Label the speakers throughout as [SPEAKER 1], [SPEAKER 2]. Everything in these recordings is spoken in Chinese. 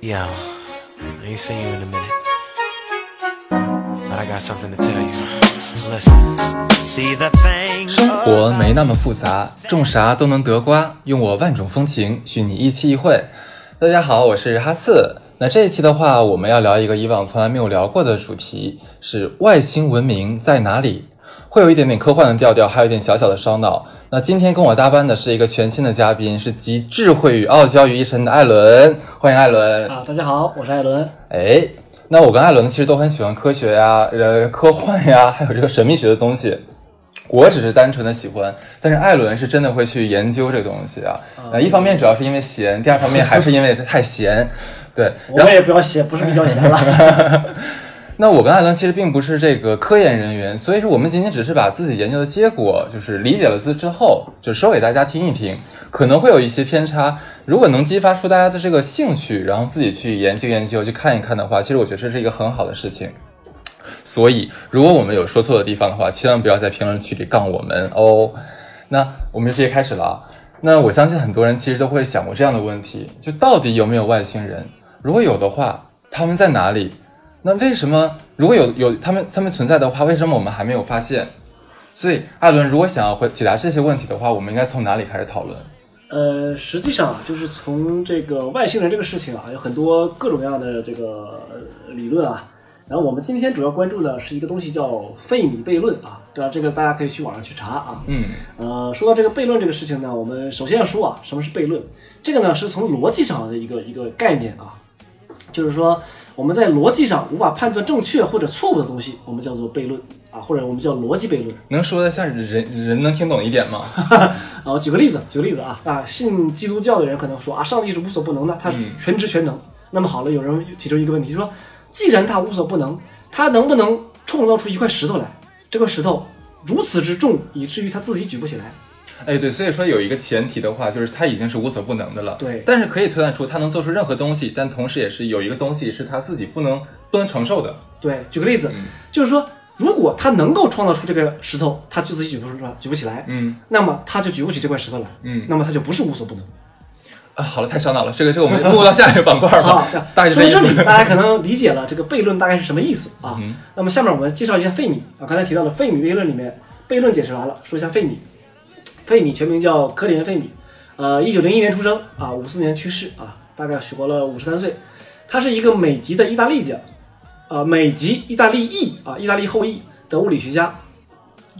[SPEAKER 1] Yo, I ain't seen you in a minute. But I got something to tell you. Listen. Oh,
[SPEAKER 2] See the thing
[SPEAKER 3] 生活没那么复杂，种啥都能得瓜。用我万种风情，许你一期一会。大家好，我是哈四。那这一期的话，我们要聊一个以往从来没有聊过的主题，是外星文明在哪里？会有一点点科幻的调调，还有一点小小的烧脑。那今天跟我搭班的是一个全新的嘉宾，是集智慧与傲娇于一身的艾伦，欢迎艾伦。
[SPEAKER 4] 啊，大家好，我是艾伦。
[SPEAKER 3] 哎，那我跟艾伦其实都很喜欢科学呀、呃科幻呀， 还有这个神秘学的东西。我只是单纯的喜欢，但是艾伦是真的会去研究这个东西啊。呃，一方面主要是因为闲，第二方面还是因为太闲。对，
[SPEAKER 4] 我
[SPEAKER 3] 然后
[SPEAKER 4] 也不要闲，不是比较闲了。
[SPEAKER 3] 那我跟艾伦其实并不是这个科研人员，所以说我们仅仅只是把自己研究的结果，就是理解了之之后，就说给大家听一听，可能会有一些偏差。如果能激发出大家的这个兴趣，然后自己去研究研究，去看一看的话，其实我觉得这是一个很好的事情。所以，如果我们有说错的地方的话，千万不要在评论区里杠我们哦。那我们就直接开始了啊。那我相信很多人其实都会想过这样的问题：就到底有没有外星人？如果有的话，他们在哪里？那为什么如果有有他们他们存在的话，为什么我们还没有发现？所以，艾伦，如果想要回解答这些问题的话，我们应该从哪里开始讨论？
[SPEAKER 4] 呃，实际上啊就是从这个外星人这个事情啊，有很多各种各样的这个呃理论啊。然后我们今天主要关注的是一个东西叫费米悖论啊，对吧？这个大家可以去网上去查啊。
[SPEAKER 3] 嗯，
[SPEAKER 4] 呃，说到这个悖论这个事情呢，我们首先要说啊，什么是悖论？这个呢是从逻辑上的一个一个概念啊，就是说我们在逻辑上无法判断正确或者错误的东西，我们叫做悖论啊，或者我们叫逻辑悖论。
[SPEAKER 3] 能说的像人人能听懂一点吗？
[SPEAKER 4] 啊，我举个例子，举个例子啊啊，信基督教的人可能说啊，上帝是无所不能的，他是
[SPEAKER 3] 嗯
[SPEAKER 4] 全知全能。那么好了，有人提出一个问题，就说既然他无所不能，他能不能创造出一块石头来？这块石头如此之重，以至于他自己举不起来。
[SPEAKER 3] 哎，对，所以说有一个前提的话，就是他已经是无所不能的了。
[SPEAKER 4] 对
[SPEAKER 3] 但是可以推断出他能做出任何东西，但同时也是有一个东西是他自己不能不能承受的。
[SPEAKER 4] 对，举个例子，
[SPEAKER 3] 嗯
[SPEAKER 4] 就是说，如果他能够创造出这个石头，他就自己举不出来，举不起来，
[SPEAKER 3] 嗯
[SPEAKER 4] 那么他就举不起这块石头来，
[SPEAKER 3] 嗯
[SPEAKER 4] 那么他就不是无所不能。
[SPEAKER 3] 啊，好了，太烧脑了，这个这个我们录到下一个板块吧
[SPEAKER 4] 好，对，
[SPEAKER 3] 大概是
[SPEAKER 4] 啊说到这
[SPEAKER 3] 这意
[SPEAKER 4] 里，
[SPEAKER 3] 思。
[SPEAKER 4] 大家可能理解了这个悖论大概是什么意思啊。
[SPEAKER 3] 嗯
[SPEAKER 4] 那么下面我们介绍一下费米啊，刚才提到的费米悖论里面，悖论解释完了，说一下费米。费米全名叫科林·费米，呃，一九零一年出生啊，五四年去世啊，大概活了五十三岁。他是一个美籍的意大利家，呃，美籍意大利裔啊，意大利后裔的物理学家。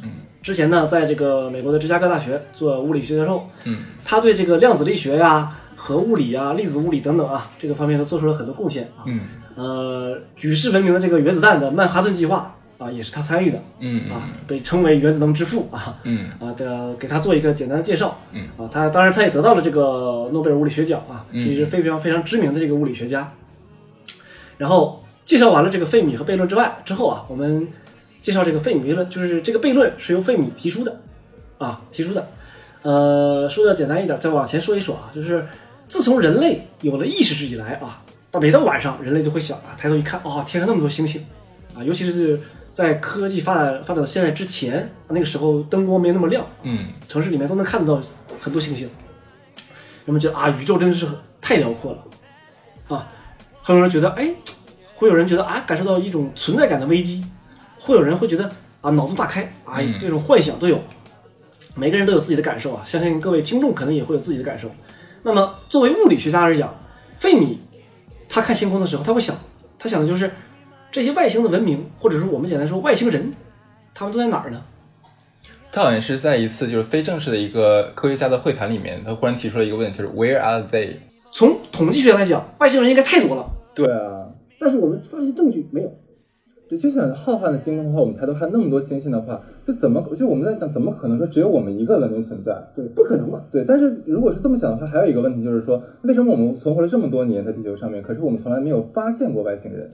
[SPEAKER 3] 嗯
[SPEAKER 4] 之前呢，在这个美国的芝加哥大学做物理学教授，
[SPEAKER 3] 嗯，
[SPEAKER 4] 他对这个量子力学呀、核物理啊、粒子物理等等啊这个方面都做出了很多贡献啊。
[SPEAKER 3] 嗯
[SPEAKER 4] 呃，举世闻名的这个原子弹的曼哈顿计划啊，也是他参与的
[SPEAKER 3] 嗯
[SPEAKER 4] 啊，被称为原子能之父啊。
[SPEAKER 3] 嗯
[SPEAKER 4] 啊的，给他做一个简单的介绍。
[SPEAKER 3] 嗯
[SPEAKER 4] 啊，他当然他也得到了这个诺贝尔物理学奖啊，
[SPEAKER 3] 嗯
[SPEAKER 4] 也是非常非常知名的这个物理学家。然后介绍完了这个费米和悖论之外之后啊，我们介绍这个费米悖论，就是这个悖论是由费米提出的啊，提出的。呃，说的简单一点，再往前说一说啊，就是自从人类有了意识以来啊，到每到晚上人类就会想啊，抬头一看，哦，天上那么多星星，啊，尤其是在科技发展发展到现在之前，啊那个时候灯光没那么亮，
[SPEAKER 3] 嗯
[SPEAKER 4] 城市里面都能看得到很多星星。人们觉得啊，宇宙真的是很太辽阔了啊！很有人觉得，哎，会有人觉得啊，感受到一种存在感的危机，会有人会觉得啊，脑洞大开，哎
[SPEAKER 3] 嗯，
[SPEAKER 4] 这种幻想都有。每个人都有自己的感受啊，相信各位听众可能也会有自己的感受。那么，作为物理学家而讲，费米他看星空的时候，他会想，他想的就是这些外星的文明，或者说我们简单说外星人，他们都在哪儿呢？
[SPEAKER 3] 他好像是在一次就是非正式的一个科学家的会谈里面，他忽然提出了一个问题，就是 Where are they？
[SPEAKER 4] 从统计学来讲，外星人应该太多了，
[SPEAKER 3] 对啊，
[SPEAKER 4] 但是我们发现证据没有。
[SPEAKER 3] 对，就想浩瀚的星空的话，我们抬头看那么多星星的话，就怎么就我们在想，怎么可能说只有我们一个文明存在？
[SPEAKER 4] 对，不可能嘛。
[SPEAKER 3] 对，但是如果是这么想的话，还有一个问题就是说，为什么我们存活了这么多年在地球上面，可是我们从来没有发现过外星人，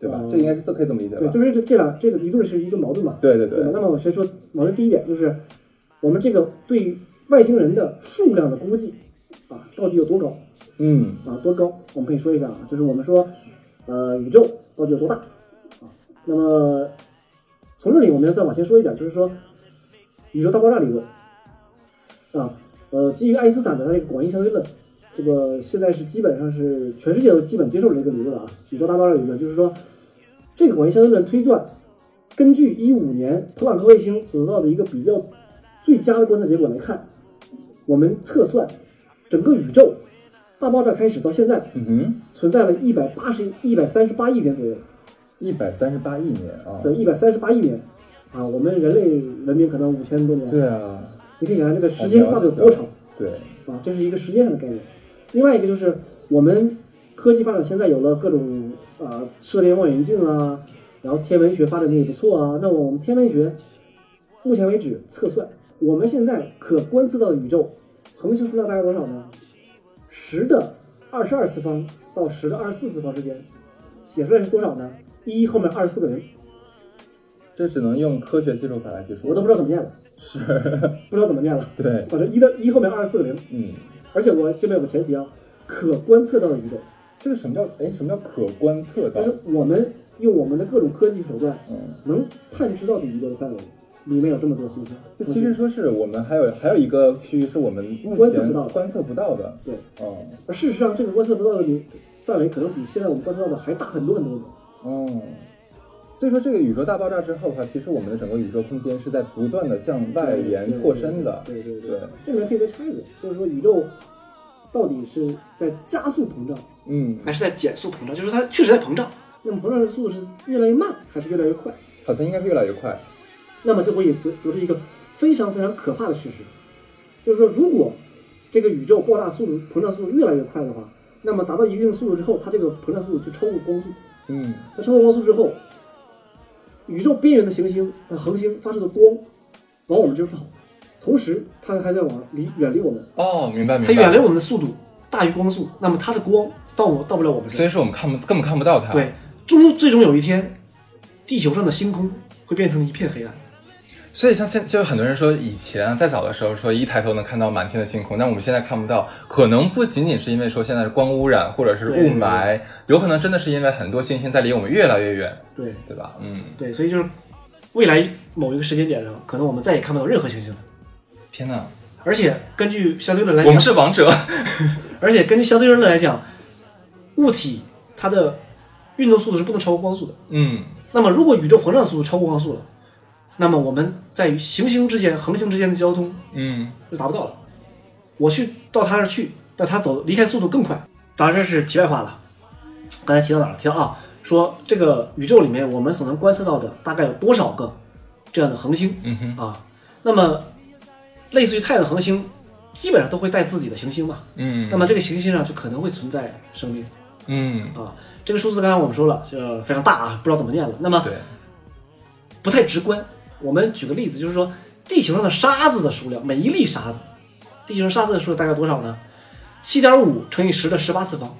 [SPEAKER 3] 对吧？
[SPEAKER 4] 嗯
[SPEAKER 3] 这应该是可以这么理解吧？
[SPEAKER 4] 对，就是这这俩这个一对是一个矛盾嘛。
[SPEAKER 3] 对对
[SPEAKER 4] 吧
[SPEAKER 3] 对
[SPEAKER 4] 那么我先说矛盾第一点，就是我们这个对于外星人的数量的估计啊，到底有多高
[SPEAKER 3] 嗯
[SPEAKER 4] 啊？多高？我们可以说一下啊，就是我们说，呃，宇宙到底有多大啊？那么从这里我们要再往前说一点，就是说宇宙大爆炸理论啊，呃，基于爱因斯坦的那个广义相对论，
[SPEAKER 2] 这个现在是基本上是全世界都基本接受了这个理论啊，宇宙大爆炸理论，就是说这个广义相对论推断，根据一五年普朗克卫星所得到的一个比较最佳的观测结果来看，我们测算整个宇宙大爆炸开始到现在
[SPEAKER 5] 嗯，
[SPEAKER 2] 存在了一百八十一百三十八亿年左右。
[SPEAKER 5] 一百三十八亿年啊，
[SPEAKER 2] 对，一百三十八亿年啊，我们人类文明可能五千多年，
[SPEAKER 5] 对啊，
[SPEAKER 2] 你可以想象这个时间跨度有多长
[SPEAKER 5] 对，
[SPEAKER 2] 啊，这是一个时间上的概念。另外一个就是我们科技发展，现在有了各种啊射电望远镜啊，然后天文学发展的也不错啊。那么我们天文学目前为止测算，我们现在可观测到的宇宙恒星数量大概多少呢？十的二十二次方到十的二十四次方之间，写出来是多少呢？一后面二十四个零，
[SPEAKER 5] 这只能用科学技术法来计数，
[SPEAKER 2] 我都不知道怎么念了，
[SPEAKER 5] 是，
[SPEAKER 2] 不知道怎么念了。
[SPEAKER 5] 对，
[SPEAKER 2] 反正一的一后面二十四个零，
[SPEAKER 5] 嗯，
[SPEAKER 2] 而且我这边有个前提啊，可观测到的宇宙，
[SPEAKER 5] 这个什么叫哎什么叫可观测到
[SPEAKER 2] 就？是我们用我们的各种科技手段
[SPEAKER 5] 嗯，
[SPEAKER 2] 能探知到的宇宙的范围，里面有这么多星星。
[SPEAKER 5] 这其实说是我们还有还有一个区域是我们目
[SPEAKER 2] 观测
[SPEAKER 5] 前
[SPEAKER 2] 不到的
[SPEAKER 5] 观测不到的，
[SPEAKER 2] 对，
[SPEAKER 5] 哦
[SPEAKER 2] 而事实上这个观测不到的宇范围可能比现在我们观测到的还大很多很多呢。
[SPEAKER 5] 哦。所以说，这个宇宙大爆炸之后的话，其实我们的整个宇宙空间是在不断的向外延扩伸的。
[SPEAKER 2] 对对对
[SPEAKER 5] 对，
[SPEAKER 2] 这里面可以再拆解，就是说宇宙到底是在加速膨胀，
[SPEAKER 5] 嗯，
[SPEAKER 4] 还是在减速膨胀，就是它确实在膨胀。
[SPEAKER 2] 那么膨胀的速度是越来越慢还是越来越快？
[SPEAKER 5] 好像应该是越来越快。
[SPEAKER 2] 那么就会得得出一个非常非常可怕的事实，就是说，如果这个宇宙爆炸速度、膨胀速度越来越快的话，那么达到一定速度之后，它这个膨胀速度就超过光速。
[SPEAKER 5] 嗯，
[SPEAKER 2] 它超过光速之后，宇宙边缘的行星、呃恒星发出的光往我们这边跑，同时它还在往离远离我们。
[SPEAKER 3] 哦，明白明
[SPEAKER 4] 它
[SPEAKER 3] 白。
[SPEAKER 4] 哎远离我们的速度大于光速，那么它的光到我到不了我们这
[SPEAKER 3] 所
[SPEAKER 4] 儿。
[SPEAKER 3] 以说我们看不根本看不到它。
[SPEAKER 4] 对，终最终有一天，地球上的星空会变成一片黑暗。
[SPEAKER 3] 所以像现就有很多人说，以前啊，再早的时候说一抬头能看到满天的星空，但我们现在看不到，可能不仅仅是因为说现在是光污染或者是雾霾，有可能真的是因为很多星星在离我们越来越远，
[SPEAKER 4] 对
[SPEAKER 3] 对吧？嗯，
[SPEAKER 4] 对，所以就是未来某一个时间点上，可能我们再也看不到任何星星了。
[SPEAKER 3] 天哪，
[SPEAKER 4] 而且根据相对论来
[SPEAKER 3] 我们
[SPEAKER 4] 讲，
[SPEAKER 3] 是王者，
[SPEAKER 4] 而且根据相对论来讲，物体它的运动速度是不能超过光速的。
[SPEAKER 3] 嗯，
[SPEAKER 4] 那么如果宇宙膨胀速度超过光速了，那么我们在于行星之间、恒星之间的交通
[SPEAKER 3] 嗯，
[SPEAKER 4] 就达不到了。我去到他那儿去，但他走离开速度更快。当然这是题外话了。刚才提到哪儿了？提到啊，说这个宇宙里面我们所能观测到的大概有多少个这样的恒星
[SPEAKER 3] 嗯哼，
[SPEAKER 4] 啊？那么类似于太阳的恒星，基本上都会带自己的行星嘛。
[SPEAKER 3] 嗯，
[SPEAKER 4] 那么这个行星上就可能会存在生命
[SPEAKER 3] 嗯，
[SPEAKER 4] 啊。这个数字刚才我们说了，这非常大啊，不知道怎么念了。那么
[SPEAKER 3] 对，
[SPEAKER 4] 不太直观。我们举个例子，就是说地球上的沙子的数量，每一粒沙子，地球上沙子的数量大概多少呢？七点五乘以十的十八次方，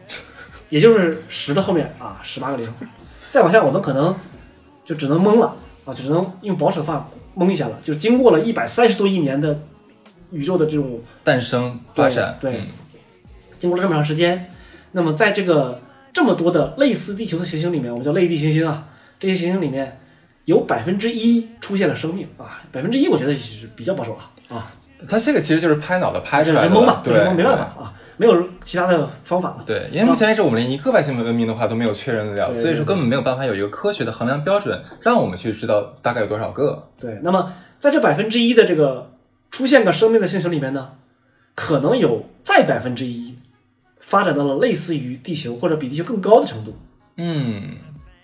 [SPEAKER 4] 也就是十的后面啊十八个零。再往下，我们可能就只能蒙了啊，就只能用保守法蒙一下了。就经过了一百三十多亿年的宇宙的这种
[SPEAKER 3] 诞生发展，
[SPEAKER 4] 对对
[SPEAKER 3] 嗯
[SPEAKER 4] 经过了这么长时间，那么在这个这么多的类似地球的行星里面，我们叫类地行星啊，这些行星里面有百分之一出现了生命啊，百分之一我觉得是比较保守了啊，
[SPEAKER 3] 它这个其实就是拍脑袋拍出
[SPEAKER 4] 这
[SPEAKER 3] 来
[SPEAKER 4] 是
[SPEAKER 3] 的，
[SPEAKER 4] 蒙吧，这
[SPEAKER 3] 对
[SPEAKER 4] 是，蒙，没办法。啊，没有其他的方法了。
[SPEAKER 3] 对，因为目前为止我们连一个外星文明的话都没有确认得了，
[SPEAKER 4] 对
[SPEAKER 3] 所以说根本没有办法有一个科学的衡量标准，让我们去知道大概有多少个。
[SPEAKER 4] 对，那么在这百分之一的这个出现个生命的星球里面呢，可能有再百分之一发展到了类似于地球或者比地球更高的程度。
[SPEAKER 3] 嗯，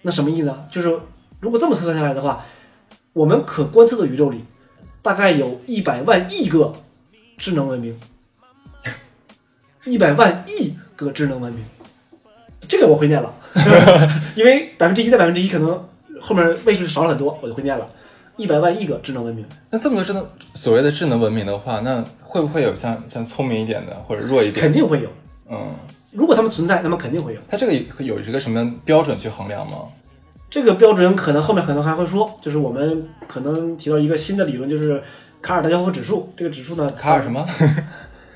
[SPEAKER 4] 那什么意思呢？就是如果这么测算下来的话，我们可观测的宇宙里，大概有一百万亿个智能文明，一百万亿个智能文明，这个我会念了， 因为百分之一在百分之一可能后面位数少了很多，我就会念了，一百万亿个智能文明。
[SPEAKER 3] 那这么多智能所谓的智能文明的话，那会不会有像像聪明一点的或者弱一点
[SPEAKER 4] 肯？定会有。
[SPEAKER 3] 嗯，
[SPEAKER 4] 如果他们存在，那么肯定会有。
[SPEAKER 3] 它这个有有一个什么标准去衡量吗？
[SPEAKER 4] 这个标准可能后面可能还会说，就是我们可能提到一个新的理论，就是卡尔达肖夫指数。这个指数呢，
[SPEAKER 3] 卡尔什么？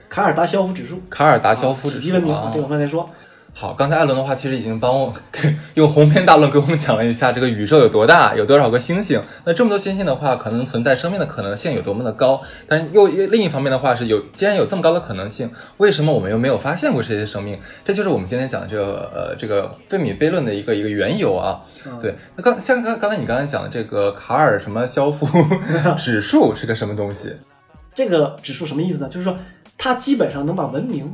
[SPEAKER 4] 卡尔达肖夫指数，
[SPEAKER 3] 卡尔达肖夫指
[SPEAKER 4] 体积
[SPEAKER 3] 数
[SPEAKER 4] 文明
[SPEAKER 3] 啊
[SPEAKER 4] 这个我？们刚才说。
[SPEAKER 3] 好，刚才艾伦的话其实已经帮我 用鸿篇大论给我们讲了一下这个宇宙有多大，有多少个星星。那这么多星星的话，可能存在生命的可能性有多么的高。但是又又另一方面的话是有，既然有这么高的可能性，为什么我们又没有发现过这些生命？这就是我们今天讲的这个呃这个费米悖论的一个一个缘由啊。对，那刚像刚刚才你刚才讲的这个卡尔什么肖夫 指数是个什么东西？
[SPEAKER 4] 这个指数什么意思呢？就是说，它基本上能把文明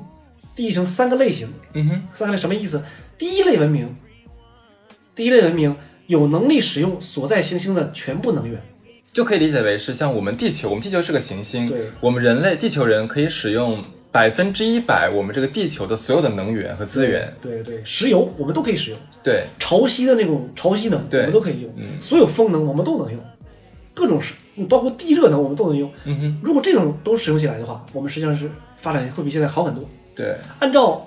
[SPEAKER 4] 定义成三个类型。
[SPEAKER 3] 嗯哼，
[SPEAKER 4] 三个类什么意思？第一类文明，第一类文明有能力使用所在行星的全部能源，
[SPEAKER 3] 就可以理解为是像我们地球，我们地球是个行星，
[SPEAKER 4] 对
[SPEAKER 3] 我们人类地球人可以使用百分之一百我们这个地球的所有的能源和资源，
[SPEAKER 4] 对对，石油我们都可以使用，
[SPEAKER 3] 对，
[SPEAKER 4] 潮汐的那种潮汐能我
[SPEAKER 3] 对
[SPEAKER 4] 们都可以用，
[SPEAKER 3] 嗯
[SPEAKER 4] 所有风能我们都能用，各种是嗯包括地热能我们都能用。
[SPEAKER 3] 嗯哼，
[SPEAKER 4] 如果这种都使用起来的话，我们实际上是发展会比现在好很多。
[SPEAKER 3] 对，
[SPEAKER 4] 按照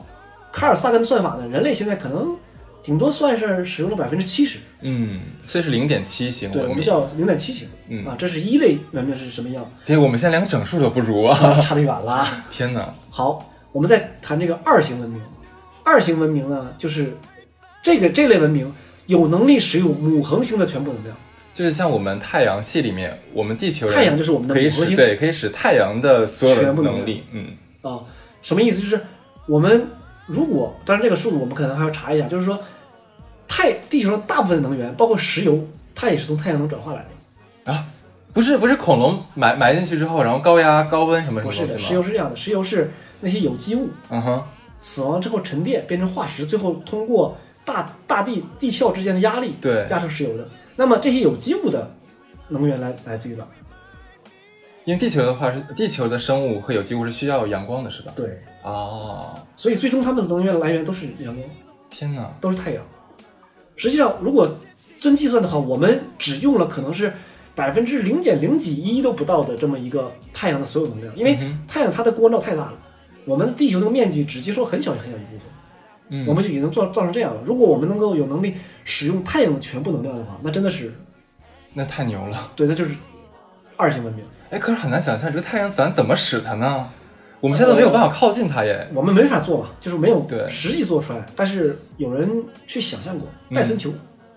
[SPEAKER 4] 卡尔萨根的算法呢，人类现在可能顶多算是使用了百分之七十，
[SPEAKER 3] 嗯，所以是零点七型
[SPEAKER 4] 对
[SPEAKER 3] 文
[SPEAKER 4] 我们
[SPEAKER 3] 明，
[SPEAKER 4] 叫零点七型
[SPEAKER 3] 嗯
[SPEAKER 4] 啊，这是一类文明是什么样，
[SPEAKER 3] 对，我们现在连个整数都不如啊！
[SPEAKER 4] 啊差得远了。
[SPEAKER 3] 天哪，
[SPEAKER 4] 好，我们再谈这个二型文明。二型文明呢，就是这个这类文明有能力使用母恒星的全部能量，
[SPEAKER 3] 就是像我们太阳系里面，我们地球人
[SPEAKER 4] 太阳就是我们的
[SPEAKER 3] 可以
[SPEAKER 4] 母恒
[SPEAKER 3] 使
[SPEAKER 4] 星
[SPEAKER 3] 对，可以使太阳的所有的
[SPEAKER 4] 全部能
[SPEAKER 3] 能力，嗯，
[SPEAKER 4] 啊，什么意思？就是我们如果，当然这个数我们可能还要查一下，就是说太地球上大部分能源，包括石油，它也是从太阳能转化来的。
[SPEAKER 3] 啊，不是不是恐龙埋埋进去之后，然后高压高啊温什么什
[SPEAKER 4] 不
[SPEAKER 3] 么
[SPEAKER 4] 是的，
[SPEAKER 3] 东
[SPEAKER 4] 石
[SPEAKER 3] 西
[SPEAKER 4] 油
[SPEAKER 3] 吗？
[SPEAKER 4] 是这样的，石油是那些有机物
[SPEAKER 3] 嗯哼，
[SPEAKER 4] 死亡之后沉淀变成化石，最后通过大大地地壳之间的压力
[SPEAKER 3] 对
[SPEAKER 4] 压成石油的。那么这些有机物的能源来来自于哪儿？
[SPEAKER 3] 因为地球的话是地球的生物和有机物是需要阳光的，是吧？
[SPEAKER 4] 对，
[SPEAKER 3] 哦，
[SPEAKER 4] 所以最终他们的能源来源都是阳光，
[SPEAKER 3] 天哪，
[SPEAKER 4] 都是太阳。实际上，如果真计算的话，我们只用了可能是百分之零点零几一都不到的这么一个太阳的所有能量，因为
[SPEAKER 3] 嗯
[SPEAKER 4] 太阳它的光照太大了，我们的地球的面积只接受很小很小一部分，
[SPEAKER 3] 嗯，
[SPEAKER 4] 我们就已经造造成这样了。如果我们能够有能力使用太阳的全部能量的话，那真的是
[SPEAKER 3] 那太牛了。
[SPEAKER 4] 对，那就是二型文明，
[SPEAKER 3] 哎，可是很难想象这个太阳咱怎么使它呢？我们现在都没有办法靠近它耶。
[SPEAKER 4] 我们没法做嘛，就是没有
[SPEAKER 3] 对
[SPEAKER 4] 实际做出来，但是有人去想象过
[SPEAKER 3] 嗯
[SPEAKER 4] 戴森球。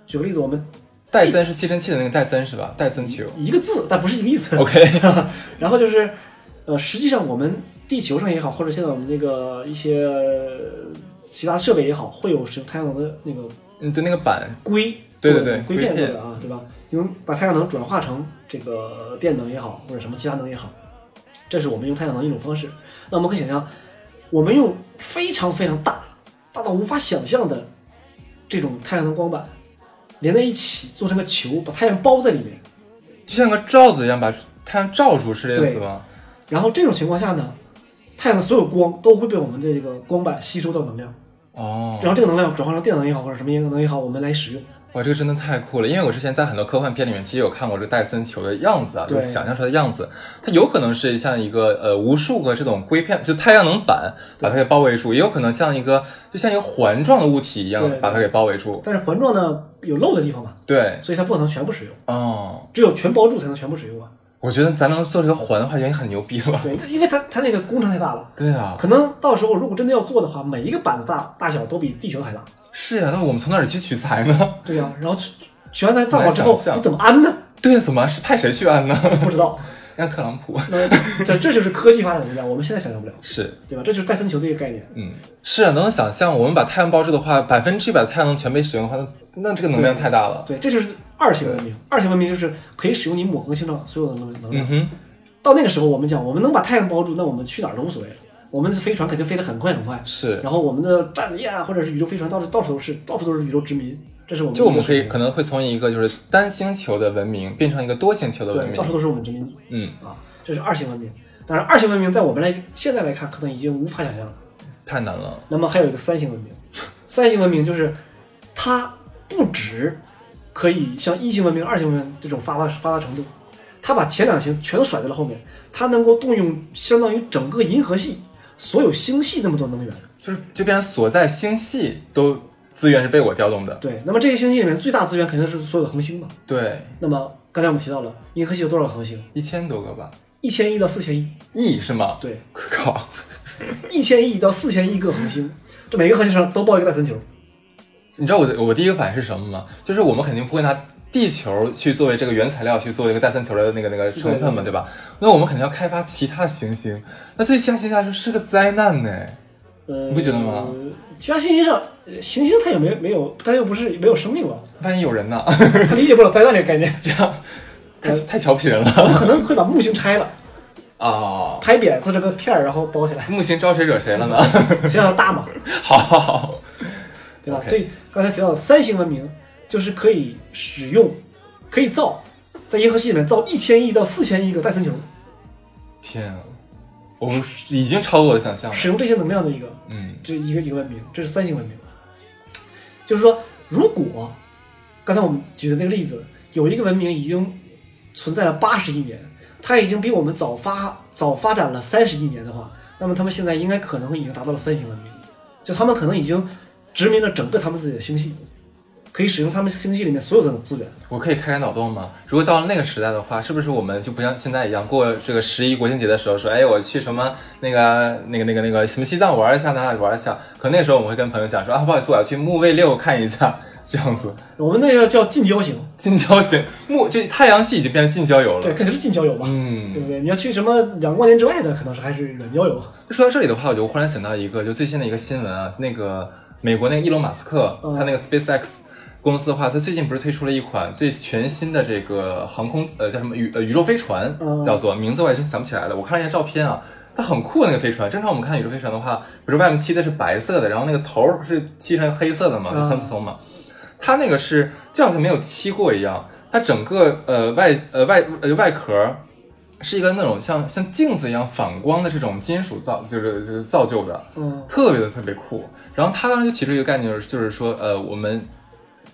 [SPEAKER 4] 举个例子，我们
[SPEAKER 3] 戴森是吸尘器的那个戴森是吧？戴森球。
[SPEAKER 4] 一个字，但不是一个意思。
[SPEAKER 3] OK，
[SPEAKER 4] 然后就是，呃，实际上我们地球上也好，或者现在我们那个一些呃其他设备也好，会有使用太阳能的那个
[SPEAKER 3] 嗯，对，那个板，
[SPEAKER 4] 硅
[SPEAKER 3] 对
[SPEAKER 4] 做的，
[SPEAKER 3] 对对
[SPEAKER 4] 硅
[SPEAKER 3] 硅
[SPEAKER 4] 片做
[SPEAKER 3] 片
[SPEAKER 4] 的啊，对吧？因为把太阳能转化成这个电能也好，或者什么其他能也好，这是我们用太阳能一种方式。那我们可以想象，我们用非常非常大、大到无法想象的这种太阳能光板连在一起，做成个球，把太阳包在里面。
[SPEAKER 3] 就像个罩子一样把太阳罩住，是这意思吗？
[SPEAKER 4] 然后这种情况下呢，太阳的所有光都会被我们的这个光板吸收到能量，
[SPEAKER 3] 哦，
[SPEAKER 4] 然后这个能量转化成电能也好，或者什么能也好，我们来使用。
[SPEAKER 3] 哇，这个真的太酷了！因为我之前在很多科幻片里面，其实有看过这个戴森球的样子啊，
[SPEAKER 4] 对
[SPEAKER 3] 就是想象出来的样子，它有可能是像一个呃无数个这种硅片，就太阳能板把它给包围住，也有可能像一个就像一个环状的物体一样
[SPEAKER 4] 对
[SPEAKER 3] 把它给包围住。
[SPEAKER 4] 但是环状呢有漏的地方嘛，
[SPEAKER 3] 对，
[SPEAKER 4] 所以它不可能全部使用，
[SPEAKER 3] 哦，
[SPEAKER 4] 只有全包住才能全部使用啊。
[SPEAKER 3] 我觉得咱能做这个环的话，已经很牛逼了。
[SPEAKER 4] 对，因为它它那个工程太大了，
[SPEAKER 3] 对啊，
[SPEAKER 4] 可能到时候如果真的要做的话，每一个板子大大小都比地球还大。
[SPEAKER 3] 是呀、那我们从哪里去取材呢？
[SPEAKER 4] 对呀、啊然后全台造好之后
[SPEAKER 3] 难想，象
[SPEAKER 4] 你怎么安 呢？
[SPEAKER 3] 对啊呀、怎么是派谁去安呢？
[SPEAKER 4] 不知道。
[SPEAKER 3] 让特朗普
[SPEAKER 4] 那 这这就是科技发展的力量，我们现在想象不了，
[SPEAKER 3] 是。
[SPEAKER 4] 对吧？这就是戴森球的一个概念。
[SPEAKER 3] 嗯，是啊，能想象我们把太阳包住的话，百分之一百太阳能全被使用的话，那那这个能量太大了。
[SPEAKER 4] 对，这就是二型文明。二型文明就是可以使用你母恒星上所有的能能
[SPEAKER 3] 嗯
[SPEAKER 4] 量。
[SPEAKER 3] 哼，
[SPEAKER 4] 到那个时候，我们讲，我们能把太阳包住，那我们去哪儿都无所谓了。我们的飞船肯定飞得很快很快，
[SPEAKER 3] 是，
[SPEAKER 4] 然后我们的战舰啊，或者是宇宙飞船，到处到处都是，到处都是宇宙殖民。这是我们
[SPEAKER 3] 就我们可以
[SPEAKER 4] 的
[SPEAKER 3] 可能会从一个就是单星球的文明变成一个多星球的文
[SPEAKER 4] 对，到处
[SPEAKER 3] 明。
[SPEAKER 4] 都是我们殖民地
[SPEAKER 3] 嗯，
[SPEAKER 4] 啊，这是二型文明。当然，二型文明在我们来现在来看，可能已经无法想象了。
[SPEAKER 3] 太难了。
[SPEAKER 4] 那么还有一个三型文明，三型文明就是它不止可以像一型文明、二型文明这种发达发达程度，它把前两型全都甩在了后面，它能够动用相当于整个银河系所有星系那么多能源。
[SPEAKER 3] 就是就变成所在星系都资源是被我调动的。
[SPEAKER 4] 对，那么这些星系里面最大资源肯定是所有的恒星嘛。
[SPEAKER 3] 对，
[SPEAKER 4] 那么刚才我们提到了银河系有多少恒星？
[SPEAKER 3] 一千多个吧，
[SPEAKER 4] 一千亿到四千亿。
[SPEAKER 3] 亿是吗？
[SPEAKER 4] 对，
[SPEAKER 3] 靠，
[SPEAKER 4] 一千亿到四千亿个恒星，这每个核心上都抱一个外层球，
[SPEAKER 3] 你知道我的我第一个反应是什么吗？就是我们肯定不会拿地球去作为这个原材料去做一个带三球的那个那个成分嘛，对吧？那我们肯定要开发其他行星，那对其他行星来说是个灾难呢。
[SPEAKER 4] 呃，
[SPEAKER 3] 你不觉得吗？
[SPEAKER 4] 其他行星上，呃行星它也没没有，它又不是没有生命了，
[SPEAKER 3] 万一有人呢？
[SPEAKER 4] 它理解不了灾难这个概念，
[SPEAKER 3] 这样太太瞧不起人了
[SPEAKER 4] 它可能会把木星拆了，
[SPEAKER 3] 啊、
[SPEAKER 4] 拍扁做成个片儿，然后包起来，
[SPEAKER 3] 木星招谁惹谁了呢？
[SPEAKER 4] 这样大嘛，
[SPEAKER 3] 好好好，
[SPEAKER 4] 对吧
[SPEAKER 3] OK
[SPEAKER 4] 所以刚才提到的三星文明，就是可以使用，可以造，在银河系里面造一千亿到四千亿个带分球，
[SPEAKER 3] 天啊，我已经超过我的想象了。
[SPEAKER 4] 使用这些能量的一个
[SPEAKER 3] 嗯
[SPEAKER 4] 这一个一个文明，这是三星文明。就是说，如果刚才我们举的那个例子，有一个文明已经存在了八十亿年，它已经比我们早发早发展了三十亿年的话，那么他们现在应该可能已经达到了三星文明，就他们可能已经殖民了整个他们自己的星系，可以使用他们星系里面所有的资源。
[SPEAKER 3] 我可以开开脑洞吗？如果到了那个时代的话，是不是我们就不像现在一样过这个十一国庆节的时候说，哎，我去什么那个那个那个那个什么西藏玩一下，哪里玩一下？可那时候我们会跟朋友讲说啊，不好意思，我要去木卫六看一下，这样子
[SPEAKER 4] 我们那个叫近郊型，
[SPEAKER 3] 近郊型木就太阳系已经变成近郊游
[SPEAKER 4] 对，
[SPEAKER 3] 了。
[SPEAKER 4] 肯定是近郊游嘛，对
[SPEAKER 3] 嗯，
[SPEAKER 4] 不对？你要去什么两万年之外的，可能是还是远郊游。
[SPEAKER 3] 说到这里的话，我就忽然想到一个就最新的一个新闻啊，那个美国那个伊隆马斯克
[SPEAKER 4] 嗯
[SPEAKER 3] 他那个 SpaceX。公司的话，他最近不是推出了一款最全新的这个航空呃叫什么宇呃宇宙飞船
[SPEAKER 4] 嗯，
[SPEAKER 3] 叫做名字我也真想不起来了。我看了一下照片啊，它很酷那个飞船。正常我们看宇宙飞船的话，比如外面漆的是白色的，然后那个头儿是漆成黑色的嘛，
[SPEAKER 4] 嗯
[SPEAKER 3] 就很普通嘛。它那个是就好像没有漆过一样，它整个呃外呃外呃外壳儿是一个那种像像镜子一样反光的这种金属造就是就是造就的。
[SPEAKER 4] 嗯，
[SPEAKER 3] 特别的特别酷。然后他当时就提出一个概念，就是就是说，呃，我们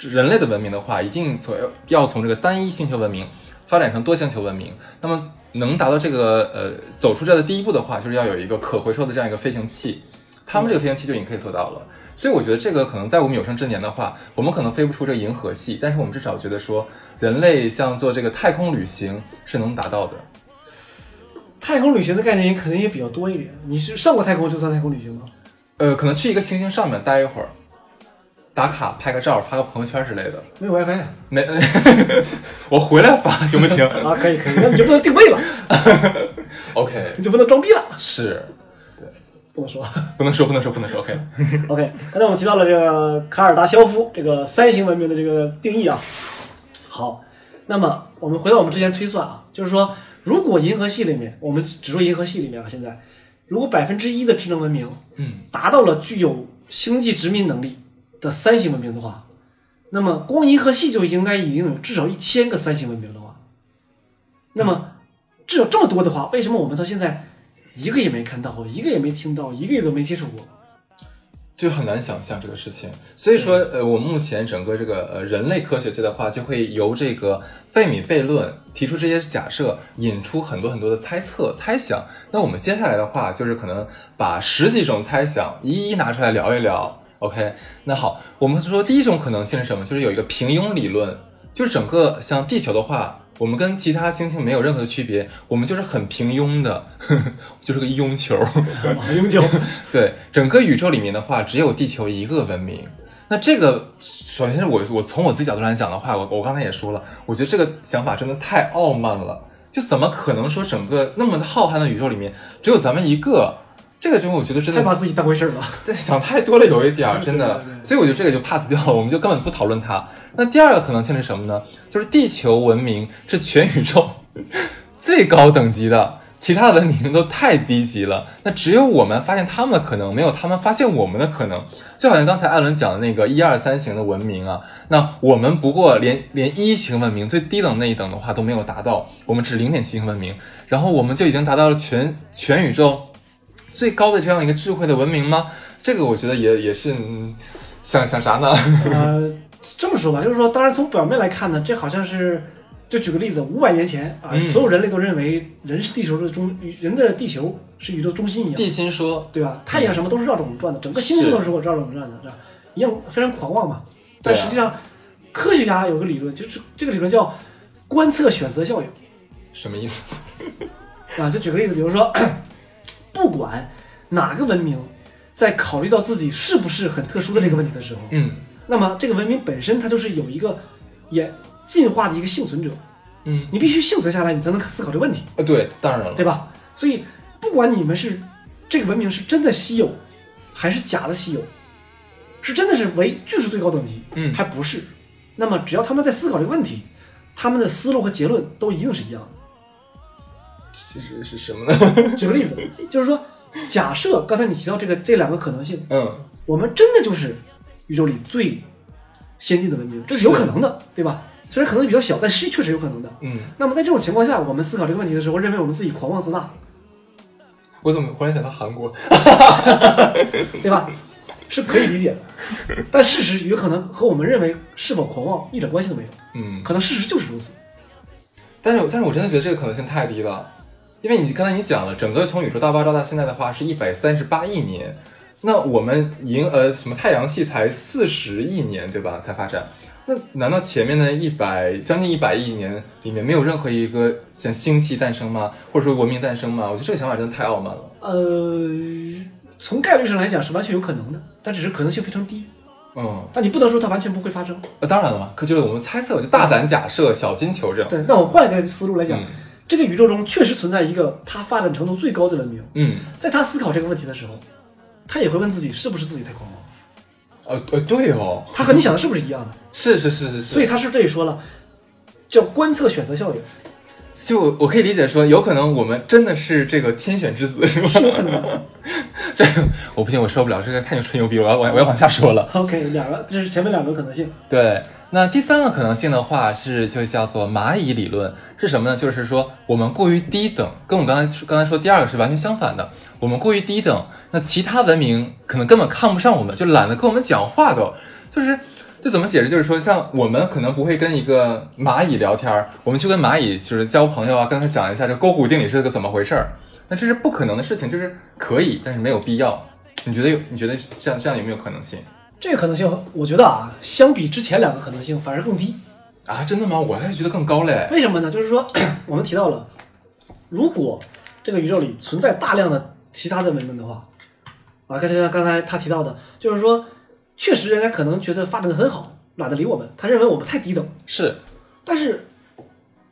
[SPEAKER 3] 人类的文明的话，一定从要从这个单一星球文明发展成多星球文明。那么能达到这个呃走出这样的第一步的话，就是要有一个可回收的这样一个飞行器。他们这个飞行器就已经可以做到了。所以我觉得这个可能在我们有生之年的话，我们可能飞不出这个银河系，但是我们至少觉得说，人类像做这个太空旅行是能达到的。
[SPEAKER 4] 太空旅行的概念也可能也比较多一点。你是上过太空就算太空旅行吗？
[SPEAKER 3] 呃，可能去一个行星上面待一会儿，打卡拍个照，发个朋友圈之类的。
[SPEAKER 4] 没有 WiFi
[SPEAKER 3] 没， 我回来发行不行
[SPEAKER 4] 啊，可以可以，那你就不能定 位了，
[SPEAKER 3] ？OK，
[SPEAKER 4] 你就不能装逼了。
[SPEAKER 3] 是
[SPEAKER 4] 不能说。
[SPEAKER 3] 不能说不能说不能说 OK，
[SPEAKER 4] OK，刚才我们提到了这个卡尔达肖夫这个三型文明的这个定义啊。好，那么我们回到我们之前推算啊，就是说，如果银河系里面，我们只说银河系里面啊，现在如果百分之一的智能文明
[SPEAKER 3] 嗯，
[SPEAKER 4] 达到了具有星际殖民能力的三型文明的话，那么光银河系就应该已经有至少一千个三型文明了啊。那么至少这么多的话，为什么我们到现在一个也没看到，一个也没听到，一个也都没接触过？
[SPEAKER 3] 就很难想象这个事情。所以说，呃，我目前整个这个呃人类科学界的话，就会由这个费米悖论提出这些假设，引出很多很多的猜测、猜想。那我们接下来的话，就是可能把十几种猜想一一拿出来聊一聊。OK，那好，我们说第一种可能性是什么？就是有一个平庸理论，就是整个像地球的话，我们跟其他星星没有任何的区别，我们就是很平庸的， 就是个庸球。
[SPEAKER 4] 啊，永久。
[SPEAKER 3] 对，整个宇宙里面的话，只有地球一个文明。那这个，首先是我我从我自己角度来讲的话，我我刚才也说了，我觉得这个想法真的太傲慢了。就怎么可能说整个那么浩瀚的宇宙里面只有咱们一个？这个真的，我觉得真
[SPEAKER 4] 太把
[SPEAKER 3] 的
[SPEAKER 4] 自己当回事儿了。
[SPEAKER 3] 这想太多了，有一点儿真
[SPEAKER 4] 对
[SPEAKER 3] 的
[SPEAKER 4] 对。对
[SPEAKER 3] 所以我觉得这个就 pass 掉了，我们就根本不讨论它。 那第二个可能性是什么呢？就是地球文明是全宇宙 最高等级的，其他文明都太低级了。那只有我们发现他们的可能，没有他们发现我们的可能。就好像刚才艾伦讲的那个一二三型的文明啊，那我们不过连连一型文明最低等那一等的话都没有达到，我们只零点七型文明，然后我们就已经达到了全全宇宙最高的这样一个智慧的文明吗？这个我觉得也也是。嗯想想啥呢？
[SPEAKER 4] 呃，这么说吧，就是说，当然从表面来看呢，这好像是，就举个例子，五百年前啊，
[SPEAKER 3] 嗯
[SPEAKER 4] 所有人类都认为人是地球的中，人的地球是宇宙中心一样，
[SPEAKER 3] 地心说，
[SPEAKER 4] 对吧？太阳什么都是绕着我们转的，整个星星都是绕着我们转的，是吧？一样非常狂妄嘛。但
[SPEAKER 3] 对啊
[SPEAKER 4] 实际上，科学家有个理论，就是这个理论叫观测选择效应。
[SPEAKER 3] 什么意思？
[SPEAKER 4] 啊，就举个例子，比如说，不管哪个文明，在考虑到自己是不是很特殊的这个问题的时候，
[SPEAKER 3] 嗯
[SPEAKER 4] 那么这个文明本身它就是有一个也进化的一个幸存者，
[SPEAKER 3] 嗯，
[SPEAKER 4] 你必须幸存下来，你才能思考这个问题，
[SPEAKER 3] 呃，对，当然了，
[SPEAKER 4] 对吧？所以不管你们是这个文明是真的稀有，还是假的稀有，是真的是唯就是最高等级，
[SPEAKER 3] 嗯
[SPEAKER 4] 还不是，那么只要他们在思考这个问题，他们的思路和结论都一定是一样的。
[SPEAKER 3] 这是是什么呢？
[SPEAKER 4] 举个例子，就是说，假设刚才你提到这个这两个可能性，
[SPEAKER 3] 嗯，
[SPEAKER 4] 我们真的就是宇宙里最先进的文明，这是有可能的，对吧？虽然可能比较小，但是确实有可能的。
[SPEAKER 3] 嗯，
[SPEAKER 4] 那么在这种情况下，我们思考这个问题的时候，认为我们自己狂妄自大，
[SPEAKER 3] 我怎么忽然想到韩国？
[SPEAKER 4] 对吧？是可以理解的，但事实有可能和我们认为是否狂妄一点关系都没有，
[SPEAKER 3] 嗯，
[SPEAKER 4] 可能事实就是如此。
[SPEAKER 3] 但是我但是我真的觉得这个可能性太低了，因为你刚才你讲了，整个从宇宙大爆炸到现在的话是一百三十八亿年，那我们银呃什么太阳系才四十亿年对吧？才发展，那难道前面的一百将近一百亿年里面没有任何一个像星系诞生吗？或者说文明诞生吗？我觉得这个想法真的太傲慢了。
[SPEAKER 4] 呃，从概率上来讲是完全有可能的，但只是可能性非常低。
[SPEAKER 3] 嗯，
[SPEAKER 4] 但你不能说它完全不会发生。
[SPEAKER 3] 呃当然了嘛，可就是我们猜测，就大胆假设，小心求证。
[SPEAKER 4] 对，那我换一个思路来讲，
[SPEAKER 3] 嗯
[SPEAKER 4] 这个宇宙中确实存在一个它发展程度最高的文明，
[SPEAKER 3] 嗯，
[SPEAKER 4] 在他思考这个问题的时候，他也会问自己是不是自己太狂妄，
[SPEAKER 3] 呃呃，对哦，
[SPEAKER 4] 他和你想的是不是一样的？
[SPEAKER 3] 是是是是是，
[SPEAKER 4] 所以他是这里说了，叫观测选择 效应，
[SPEAKER 3] 就我可以理解说，有可能我们真的是这个天选之子，是
[SPEAKER 4] 是有
[SPEAKER 3] 吗？
[SPEAKER 4] 可能的。
[SPEAKER 3] 这 个我不行，我受不了，这个太牛吹牛逼了，我要我要我要往下说了。
[SPEAKER 4] OK，两个，这是前面两个可能性。
[SPEAKER 3] 对，那第三个可能性的话是，就叫做蚂蚁理论是什么呢？就是说我们过于低等，跟我们刚才说刚才说第二个是完全相反的。我们过于低等，那其他文明可能根本看不上我们，就懒得跟我们讲话都。就是就怎么解释？就是说，像我们可能不会跟一个蚂蚁聊天儿，我们去跟蚂蚁就是交朋友啊，跟他讲一下这勾股定理是个怎么回事儿。那这是不可能的事情，就是可以，但是没有必要。你觉得有？你觉得这样这样有没有可能性
[SPEAKER 4] 这个可能性，我觉得啊，相比之前两个可能性反而更低。
[SPEAKER 3] 啊？真的吗？我还觉得更高嘞。
[SPEAKER 4] 为什么呢？就是说， 我们提到了，如果这个宇宙里存在大量的其他的文明的话，啊，刚才刚才他提到的，就是说，确实人家可能觉得发展的很好，懒得理我们，他认为我们太低等，
[SPEAKER 3] 是，
[SPEAKER 4] 但是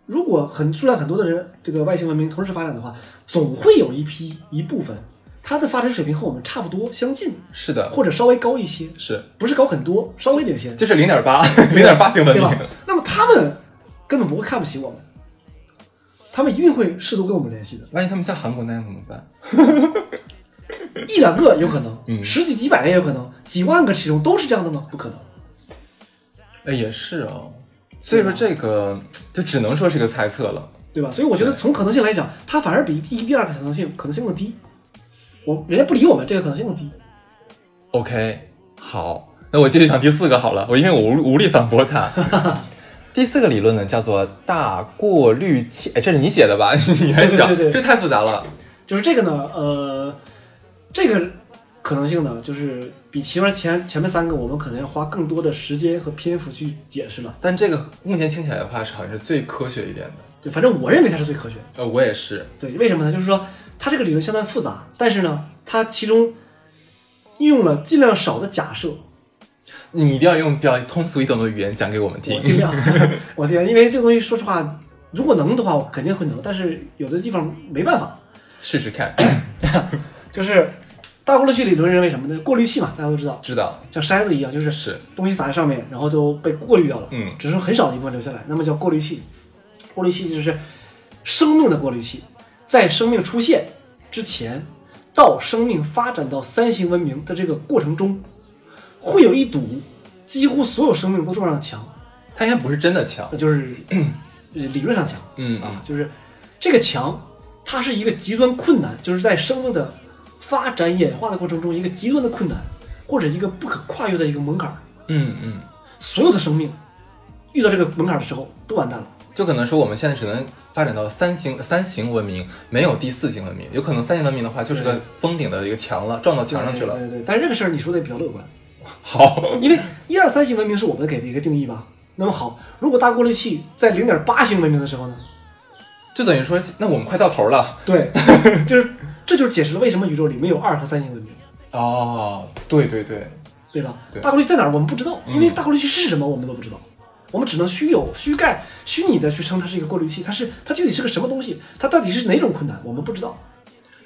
[SPEAKER 4] 如果很数量很多的人，这个外星文明同时发展的话，总会有一批一部分，它的发展水平和我们差不多相近，
[SPEAKER 3] 是的，
[SPEAKER 4] 或者稍微高一些，
[SPEAKER 3] 是，
[SPEAKER 4] 不是高很多，稍微领先，
[SPEAKER 3] 就是零点八，零点八型文
[SPEAKER 4] 对吧
[SPEAKER 3] 明。？
[SPEAKER 4] 那么他们根本不会看不起我们，他们一定会试图跟我们联 系的，
[SPEAKER 3] 万一他们像韩国那样怎么办？
[SPEAKER 4] 一两个有可能，
[SPEAKER 3] 嗯
[SPEAKER 4] 十几几百个也有可能，几万个其中都是这样的吗？不可能。
[SPEAKER 3] 哎，也是哦。所
[SPEAKER 4] 啊
[SPEAKER 3] 以说这个就只能说是个猜测了。
[SPEAKER 4] 对吧？所以我觉得从可能性来讲，它反而比第一、第二个可能性可能性更低。我人家不理我们，这个可能性更低。
[SPEAKER 3] OK，好，那我继续讲第四个好了，我因为我无无力反驳他。 第四个理论呢，叫做大过滤器。哎，这是你写的吧？ 你还讲，
[SPEAKER 4] 对对对
[SPEAKER 3] 这太复杂了。
[SPEAKER 4] 就是这个呢，呃，这个可能性呢，就是比前面前前面三个，我们可能要花更多的时间和篇幅去解释了。
[SPEAKER 3] 但这个目前听起来的话，是好像是最科学一点的。
[SPEAKER 4] 对，反正我认为它是最科学的。
[SPEAKER 3] 呃，我也是。
[SPEAKER 4] 对，为什么呢？就是说它这个理论相当复杂，但是呢，它其中运用了尽量少的假设，
[SPEAKER 3] 你一定要用比较通俗易懂的语言讲给我们听
[SPEAKER 4] 我。尽量， 我尽量，因为这个东西说实话，如果能的话，我肯定会能，但是有的地方没办法。
[SPEAKER 3] 试试 看。
[SPEAKER 4] 就是大过滤器理论认为什么呢？过滤器嘛，大家都知道，
[SPEAKER 3] 知道
[SPEAKER 4] 像筛子一样，就是
[SPEAKER 3] 是
[SPEAKER 4] 东西撒在上面，然后都被过滤掉了，
[SPEAKER 3] 嗯
[SPEAKER 4] 只是很少的一部分留下来，那么叫过滤器。过滤器就是生命的过滤器，在生命出现之前，到生命发展到三型文明的这个过程中，会有一堵几乎所有生命都撞上的墙，
[SPEAKER 3] 它应该不是真的强
[SPEAKER 4] 那。就是 咳理论上墙，
[SPEAKER 3] 嗯
[SPEAKER 4] 啊，就是这个墙，它是一个极端困难，就是在生命的发展演化的过程中一个极端的困难，或者一个不可跨越的一个门槛儿。
[SPEAKER 3] 嗯嗯，
[SPEAKER 4] 所有的生命遇到这个门槛儿的时候都完蛋了。
[SPEAKER 3] 就可能说我们现在只能发展到三型三型文明，没有第四型文明。有可能三型文明的话，就是个
[SPEAKER 4] 对
[SPEAKER 3] 封顶的一个墙了，撞到墙上去了。
[SPEAKER 4] 对对对，但是这个事儿你说的也比较乐观，
[SPEAKER 3] 好，
[SPEAKER 4] 因为一二三型文明是我们给的一个定义吧。那么好，如果大过滤器在零点八型文明的时候呢？
[SPEAKER 3] 就等于说，那我们快到头了。
[SPEAKER 4] 对，就是这就是解释了为什么宇宙里没有二和三型文明，
[SPEAKER 3] 哦，对对对，
[SPEAKER 4] 对吧？
[SPEAKER 3] 对
[SPEAKER 4] 大过滤在哪儿我们不知道，
[SPEAKER 3] 嗯
[SPEAKER 4] 因为大过滤器是什么我们都不知道，我们只能虚有、虚盖、虚拟的去称它是一个过滤器，它是它具体是个什么东西，它到底是哪种困难，我们不知道。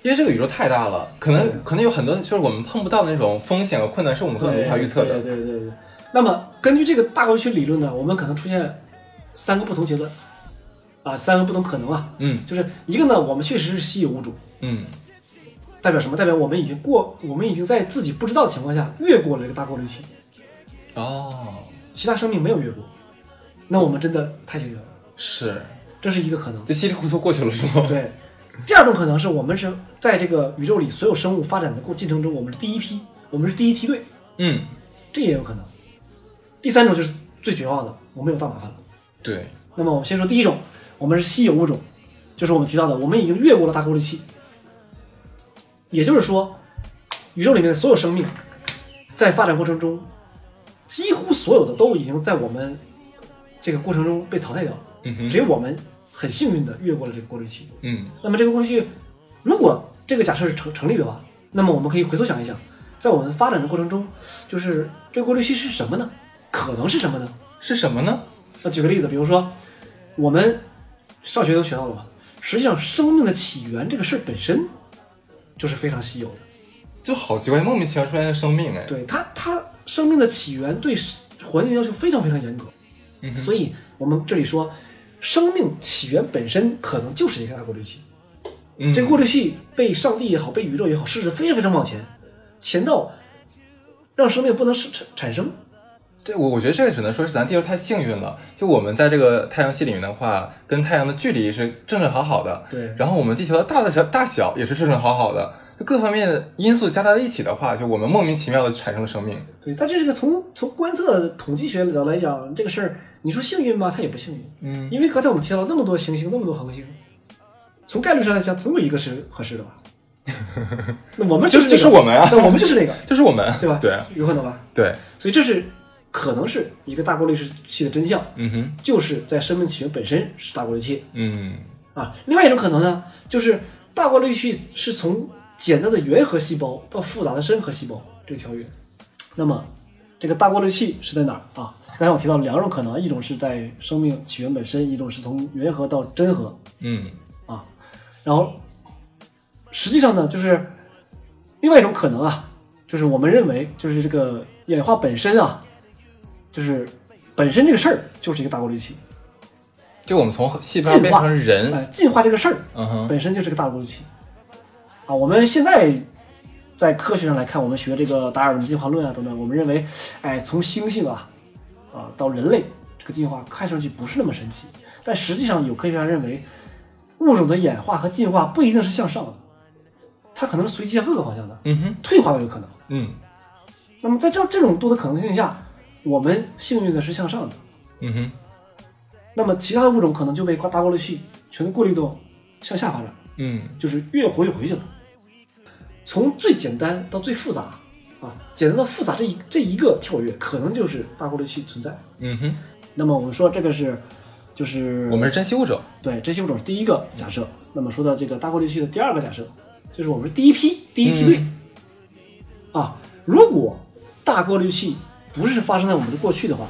[SPEAKER 3] 因为这个宇宙太大了，可能可能有很多就是我们碰不到的那种风险和困难，是我们根本无法预测的。
[SPEAKER 4] 对对对对。那么根据这个大过滤器理论呢，我们可能出现三个不同结论，啊，三个不同可能啊，
[SPEAKER 3] 嗯
[SPEAKER 4] 就是一个呢，我们确实是稀有物种，
[SPEAKER 3] 嗯
[SPEAKER 4] 代表什么？代表我们已经过，我们已经在自己不知道的情况下越过了这个大过滤器，
[SPEAKER 3] 哦，
[SPEAKER 4] 其他生命没有越过，那我们真的太幸运了，
[SPEAKER 3] 是，
[SPEAKER 4] 这是一个可能。
[SPEAKER 3] 就稀里糊涂过去了是吗？
[SPEAKER 4] 对，第二种可能是我们是在这个宇宙里所有生物发展的过进程中，我们是第一批，我们是第一梯队，
[SPEAKER 3] 嗯，
[SPEAKER 4] 这也有可能。第三种就是最绝望的，我们有大麻烦了。
[SPEAKER 3] 对，
[SPEAKER 4] 那么我们先说第一种，我们是稀有物种，就是我们提到的，我们已经越过了大过滤器。也就是说，宇宙里面的所有生命，在发展过程中，几乎所有的都已经在我们这个过程中被淘汰掉了，
[SPEAKER 3] 嗯哼，
[SPEAKER 4] 只有我们很幸运的越过了这个过滤器。
[SPEAKER 3] 嗯
[SPEAKER 4] 那么这个过滤器，如果这个假设是成成立的话，那么我们可以回头想一想，在我们发展的过程中，就是这个过滤器是什么呢？可能是什么呢？
[SPEAKER 3] 是什么呢？
[SPEAKER 4] 那举个例子，比如说我们上学都学到了吧，实际上生命的起源这个事儿本身就是非常稀有的。
[SPEAKER 3] 就好奇怪，莫名其妙出现的生命哎。
[SPEAKER 4] 对它，它生命的起源对环境要求非常非常严格，
[SPEAKER 3] 嗯哼
[SPEAKER 4] 所以我们这里说，生命起源本身可能就是一个大过滤器。
[SPEAKER 3] 嗯
[SPEAKER 4] 这个过滤器被上帝也好，被宇宙也好，设置得非常非常往前，前到让生命不能生产产生。
[SPEAKER 3] 对我，我觉得这个只能说是咱地球太幸运了。就我们在这个太阳系里面的话，跟太阳的距离是正正好好的。
[SPEAKER 4] 对
[SPEAKER 3] 然后我们地球的大的小大小也是正正好好的，就各方面的因素加在一起的话，就我们莫名其妙的产生了生命。
[SPEAKER 4] 对，但这是个从从观测统计学角来讲，这个事儿，你说幸运吧，它也不幸运。
[SPEAKER 3] 嗯
[SPEAKER 4] 因为刚才我们提到了那么多行星，那么多恒星，从概率上来讲，总有一个是合适的 吧？那我们
[SPEAKER 3] 就是是
[SPEAKER 4] 这
[SPEAKER 3] 就是我们啊
[SPEAKER 4] 那我们就是那个，
[SPEAKER 3] 就是我们，
[SPEAKER 4] 对吧？
[SPEAKER 3] 对，啊
[SPEAKER 4] 有可能吧？
[SPEAKER 3] 对，
[SPEAKER 4] 所以这是可能是一个大过滤器的真相，
[SPEAKER 3] 嗯哼，
[SPEAKER 4] 就是在生命起源本身是大过滤器
[SPEAKER 3] 嗯
[SPEAKER 4] 啊。另外一种可能呢，就是大过滤器是从简单的原核细胞到复杂的深核细胞这个条约。那么这个大过滤器是在哪儿啊？刚才我提到了两种可能，一种是在生命起源本身，一种是从原核到真核。
[SPEAKER 3] 嗯
[SPEAKER 4] 啊。然后实际上呢，就是另外一种可能啊，就是我们认为就是这个演化本身啊，就是本身这个事儿就是一个大过滤器，
[SPEAKER 3] 就我们从细胞
[SPEAKER 4] 进化
[SPEAKER 3] 变成人，
[SPEAKER 4] 哎，进化这个事儿
[SPEAKER 3] 嗯哼，
[SPEAKER 4] 本身就是个大过滤器啊。我们现在。在科学上来看，我们学这个达尔文进化论啊等等，我们认为，哎，从猩猩啊，啊到人类这个进化看上去不是那么神奇，但实际上有科学家认为，物种的演化和进化不一定是向上的，它可能是随机向各个方向的，
[SPEAKER 3] 嗯哼，
[SPEAKER 4] 退化都有可能。
[SPEAKER 3] 嗯
[SPEAKER 4] 那么在这这种多的可能性下，我们幸运的是向上的，
[SPEAKER 3] 嗯哼，
[SPEAKER 4] 那么其他的物种可能就被大过滤器全都过滤到向下发展，
[SPEAKER 3] 嗯
[SPEAKER 4] 就是越活越回去了。从最简单到最复杂，啊，简单到复杂这一这一个跳跃，可能就是大过滤器存在。
[SPEAKER 3] 嗯哼，
[SPEAKER 4] 那么我们说这个是，就是
[SPEAKER 3] 我们是珍惜物种，
[SPEAKER 4] 对，这些物种是第一个假设。那么说到这个大过滤器的第二个假设，就是我们是第一批第一梯队、啊。如果大过滤器不是发生在我们的过去的话，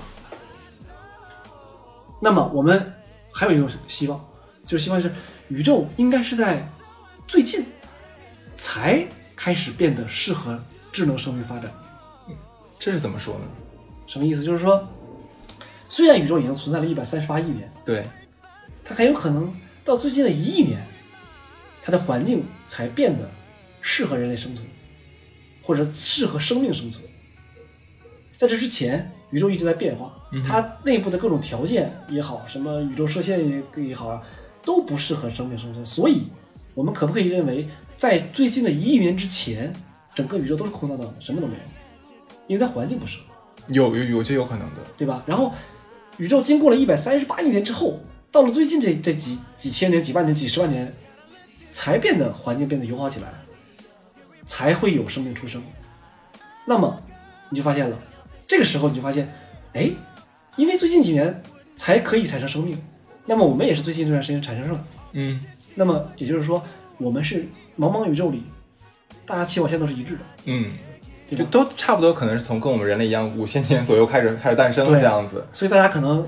[SPEAKER 4] 那么我们还有一种希望，就是希望是宇宙应该是在最近才开始变得适合智能生命发展。
[SPEAKER 3] 这是怎么说呢？
[SPEAKER 4] 什么意思？就是说，虽然宇宙已经存在了一百三十八亿年，
[SPEAKER 3] 对，
[SPEAKER 4] 它很有可能到最近的一亿年，它的环境才变得适合人类生存，或者适合生命生存。在这之前，宇宙一直在变化，
[SPEAKER 3] 嗯哼
[SPEAKER 4] 它内部的各种条件也好，什么宇宙射线也也好啊，都不适合生命生存。所以，我们可不可以认为，在最近的一亿年之前，整个宇宙都是空荡荡的，什么都没有，因为它环境不适合。
[SPEAKER 3] 有有有，这有可能的，
[SPEAKER 4] 对吧？然后宇宙经过了一百三十八亿年之后，到了最近这这几几千年、几万年、几十万年，才变得环境变得友好起来，才会有生命出生。那么你就发现了，这个时候你就发现，哎，因为最近几年才可以产生生命，那么我们也是最近这段时间产生了。
[SPEAKER 3] 嗯
[SPEAKER 4] 那么也就是说，我们是茫茫宇宙里大家起跑线都是一致的，
[SPEAKER 3] 嗯，
[SPEAKER 4] 对
[SPEAKER 3] 就
[SPEAKER 4] 吧？
[SPEAKER 3] 都差不多，可能是从跟我们人类一样，五千年左右开始开始诞生
[SPEAKER 4] 对啊
[SPEAKER 3] 这样子，
[SPEAKER 4] 所以大家可能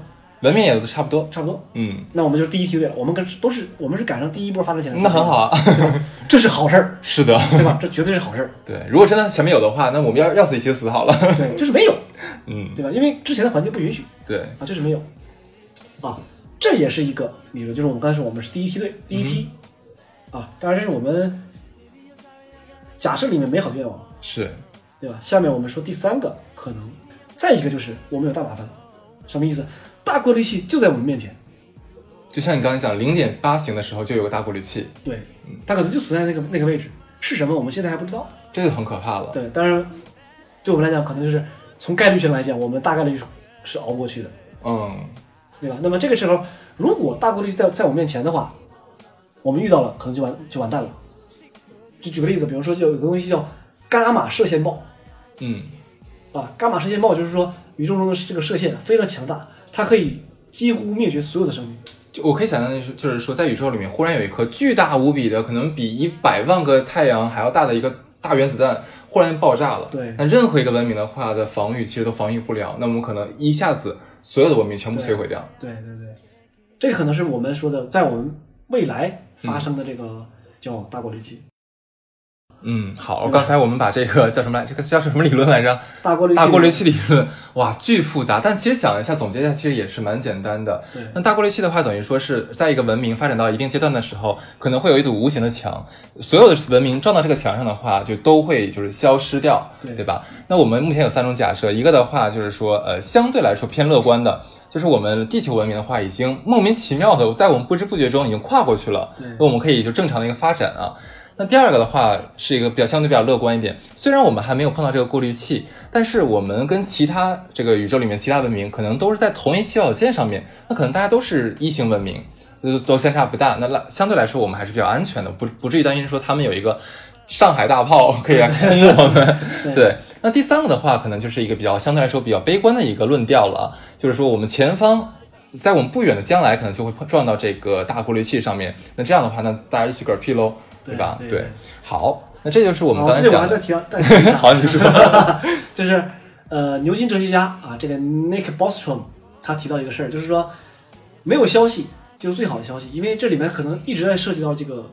[SPEAKER 3] 文明也都差不多。
[SPEAKER 4] 差不多。
[SPEAKER 3] 嗯，
[SPEAKER 4] 那我们就是第一梯队了，我们跟都是我们是赶上第一波发展起来的，
[SPEAKER 3] 那很好，啊。
[SPEAKER 4] 这是好事儿，
[SPEAKER 3] 是的，
[SPEAKER 4] 对吧？这绝对是好事儿，
[SPEAKER 3] 对。如果真的前面有的话，那我们要要死一起死好了。
[SPEAKER 4] 对，就是没有，
[SPEAKER 3] 嗯，
[SPEAKER 4] 对吧？因为之前的环境不允许
[SPEAKER 3] 对，
[SPEAKER 4] 啊，就是没有啊，这也是一个理论，就是我们刚才说我们是第一梯队，第一批、啊，当然这是我们假设里面美好的愿望，
[SPEAKER 3] 是，
[SPEAKER 4] 对吧？下面我们说第三个可能，再一个就是我们有大麻烦，什么意思？大过滤器就在我们面前，
[SPEAKER 3] 就像你刚才讲，零点八型的时候就有个大过滤器，
[SPEAKER 4] 对，它可能就存在那个那个位置，是什么我们现在还不知道。
[SPEAKER 3] 这就很可怕了。
[SPEAKER 4] 对，当然对我们来讲，可能就是从概率上来讲，我们大概率是是熬不过去的，
[SPEAKER 3] 嗯，
[SPEAKER 4] 对吧？那么这个时候，如果大过率在在我面前的话，我们遇到了可能就完就完蛋了。就举个例子，比如说有有个东西叫伽马射线暴
[SPEAKER 3] 嗯，
[SPEAKER 4] 啊，伽马射线暴就是说宇宙中的这个射线非常强大，它可以几乎灭绝所有的生命。
[SPEAKER 3] 就我可以想象的是，就是说在宇宙里面忽然有一颗巨大无比的，可能比一百万个太阳还要大的一个大原子弹忽然爆炸了。
[SPEAKER 4] 对
[SPEAKER 3] 那任何一个文明的话的防御其实都防御不了，那我们可能一下子所有的文明全部
[SPEAKER 4] 对
[SPEAKER 3] 摧毁掉。
[SPEAKER 4] 对对对，这可能是我们说的，在我们未来发生的这个叫大过滤器。
[SPEAKER 3] 嗯，好，
[SPEAKER 4] 对
[SPEAKER 3] 刚才我们把这个叫什么来？这个叫什么理论来着？
[SPEAKER 4] 大过滤器，
[SPEAKER 3] 大过滤器理论，哇，巨复杂。但其实想一下，总结一下，其实也是蛮简单的。
[SPEAKER 4] 对
[SPEAKER 3] 那大过滤器的话，等于说是在一个文明发展到一定阶段的时候，可能会有一堵无形的墙，所有的文明撞到这个墙上的话，就都会就是消失掉，
[SPEAKER 4] 对
[SPEAKER 3] 吧？那我们目前有三种假设，一个的话就是说，呃，相对来说偏乐观的。就是我们地球文明的话，已经莫名其妙的在我们不知不觉中已经跨过去了
[SPEAKER 4] 对，
[SPEAKER 3] 那我们可以就正常的一个发展啊。那第二个的话是一个比较相对比较乐观一点，虽然我们还没有碰到这个过滤器，但是我们跟其他这个宇宙里面其他文明可能都是在同一起跑线上面，那可能大家都是一型文明，呃都相差不大。那来相对来说我们还是比较安全的，不不至于担心说他们有一个上海大炮可以来轰我们。对，那第三个的话可能就是一个比较相对来说比较悲观的一个论调了啊，就是说我们前方在我们不远的将来，可能就会碰撞到这个大过滤器上面。那这样的话呢，大家一起嗝屁喽，
[SPEAKER 4] 对
[SPEAKER 3] 吧？
[SPEAKER 4] 对对
[SPEAKER 3] 好，那这就是我们
[SPEAKER 4] 哦
[SPEAKER 3] 刚才
[SPEAKER 4] 这里我还
[SPEAKER 3] 讲
[SPEAKER 4] 再
[SPEAKER 3] 的。
[SPEAKER 4] 提到，再提 到
[SPEAKER 3] 好，你 说。
[SPEAKER 4] 就是呃，牛津哲学家啊，这个 Nick Bostrom 他提到一个事儿，就是说没有消息就是最好的消息，因为这里面可能一直在涉及到这个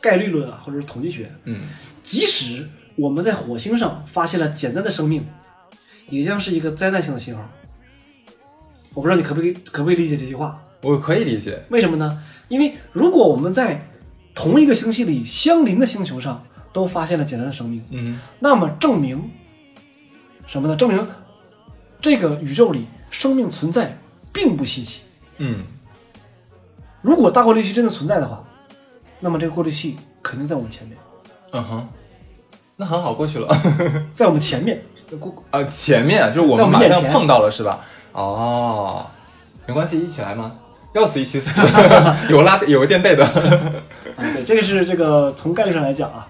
[SPEAKER 4] 概率论啊，或者是统计学。
[SPEAKER 3] 嗯，
[SPEAKER 4] 即使我们在火星上发现了简单的生命，也将是一个灾难性的信号。我不知道你可不可以可不可以理解这句话？
[SPEAKER 3] 我可以理解。
[SPEAKER 4] 为什么呢？因为如果我们在同一个星系里相邻的星球上都发现了简单的生命，
[SPEAKER 3] 嗯，
[SPEAKER 4] 那么证明什么呢？证明这个宇宙里生命存在并不稀奇。
[SPEAKER 3] 嗯，
[SPEAKER 4] 如果大过滤器真的存在的话，那么这个过滤器肯定在我们前面，
[SPEAKER 3] 嗯哼，那很好，过去了。
[SPEAKER 4] 在我们前面。
[SPEAKER 3] 呃，前面啊就是我
[SPEAKER 4] 在
[SPEAKER 3] 们
[SPEAKER 4] 我们
[SPEAKER 3] 马
[SPEAKER 4] 眼
[SPEAKER 3] 上
[SPEAKER 4] 前
[SPEAKER 3] 碰到了，是吧？哦，没关系，一起来吗？要死一起死， 有拉有个垫背的。
[SPEAKER 4] 啊，对，这个是这个从概率上来讲啊。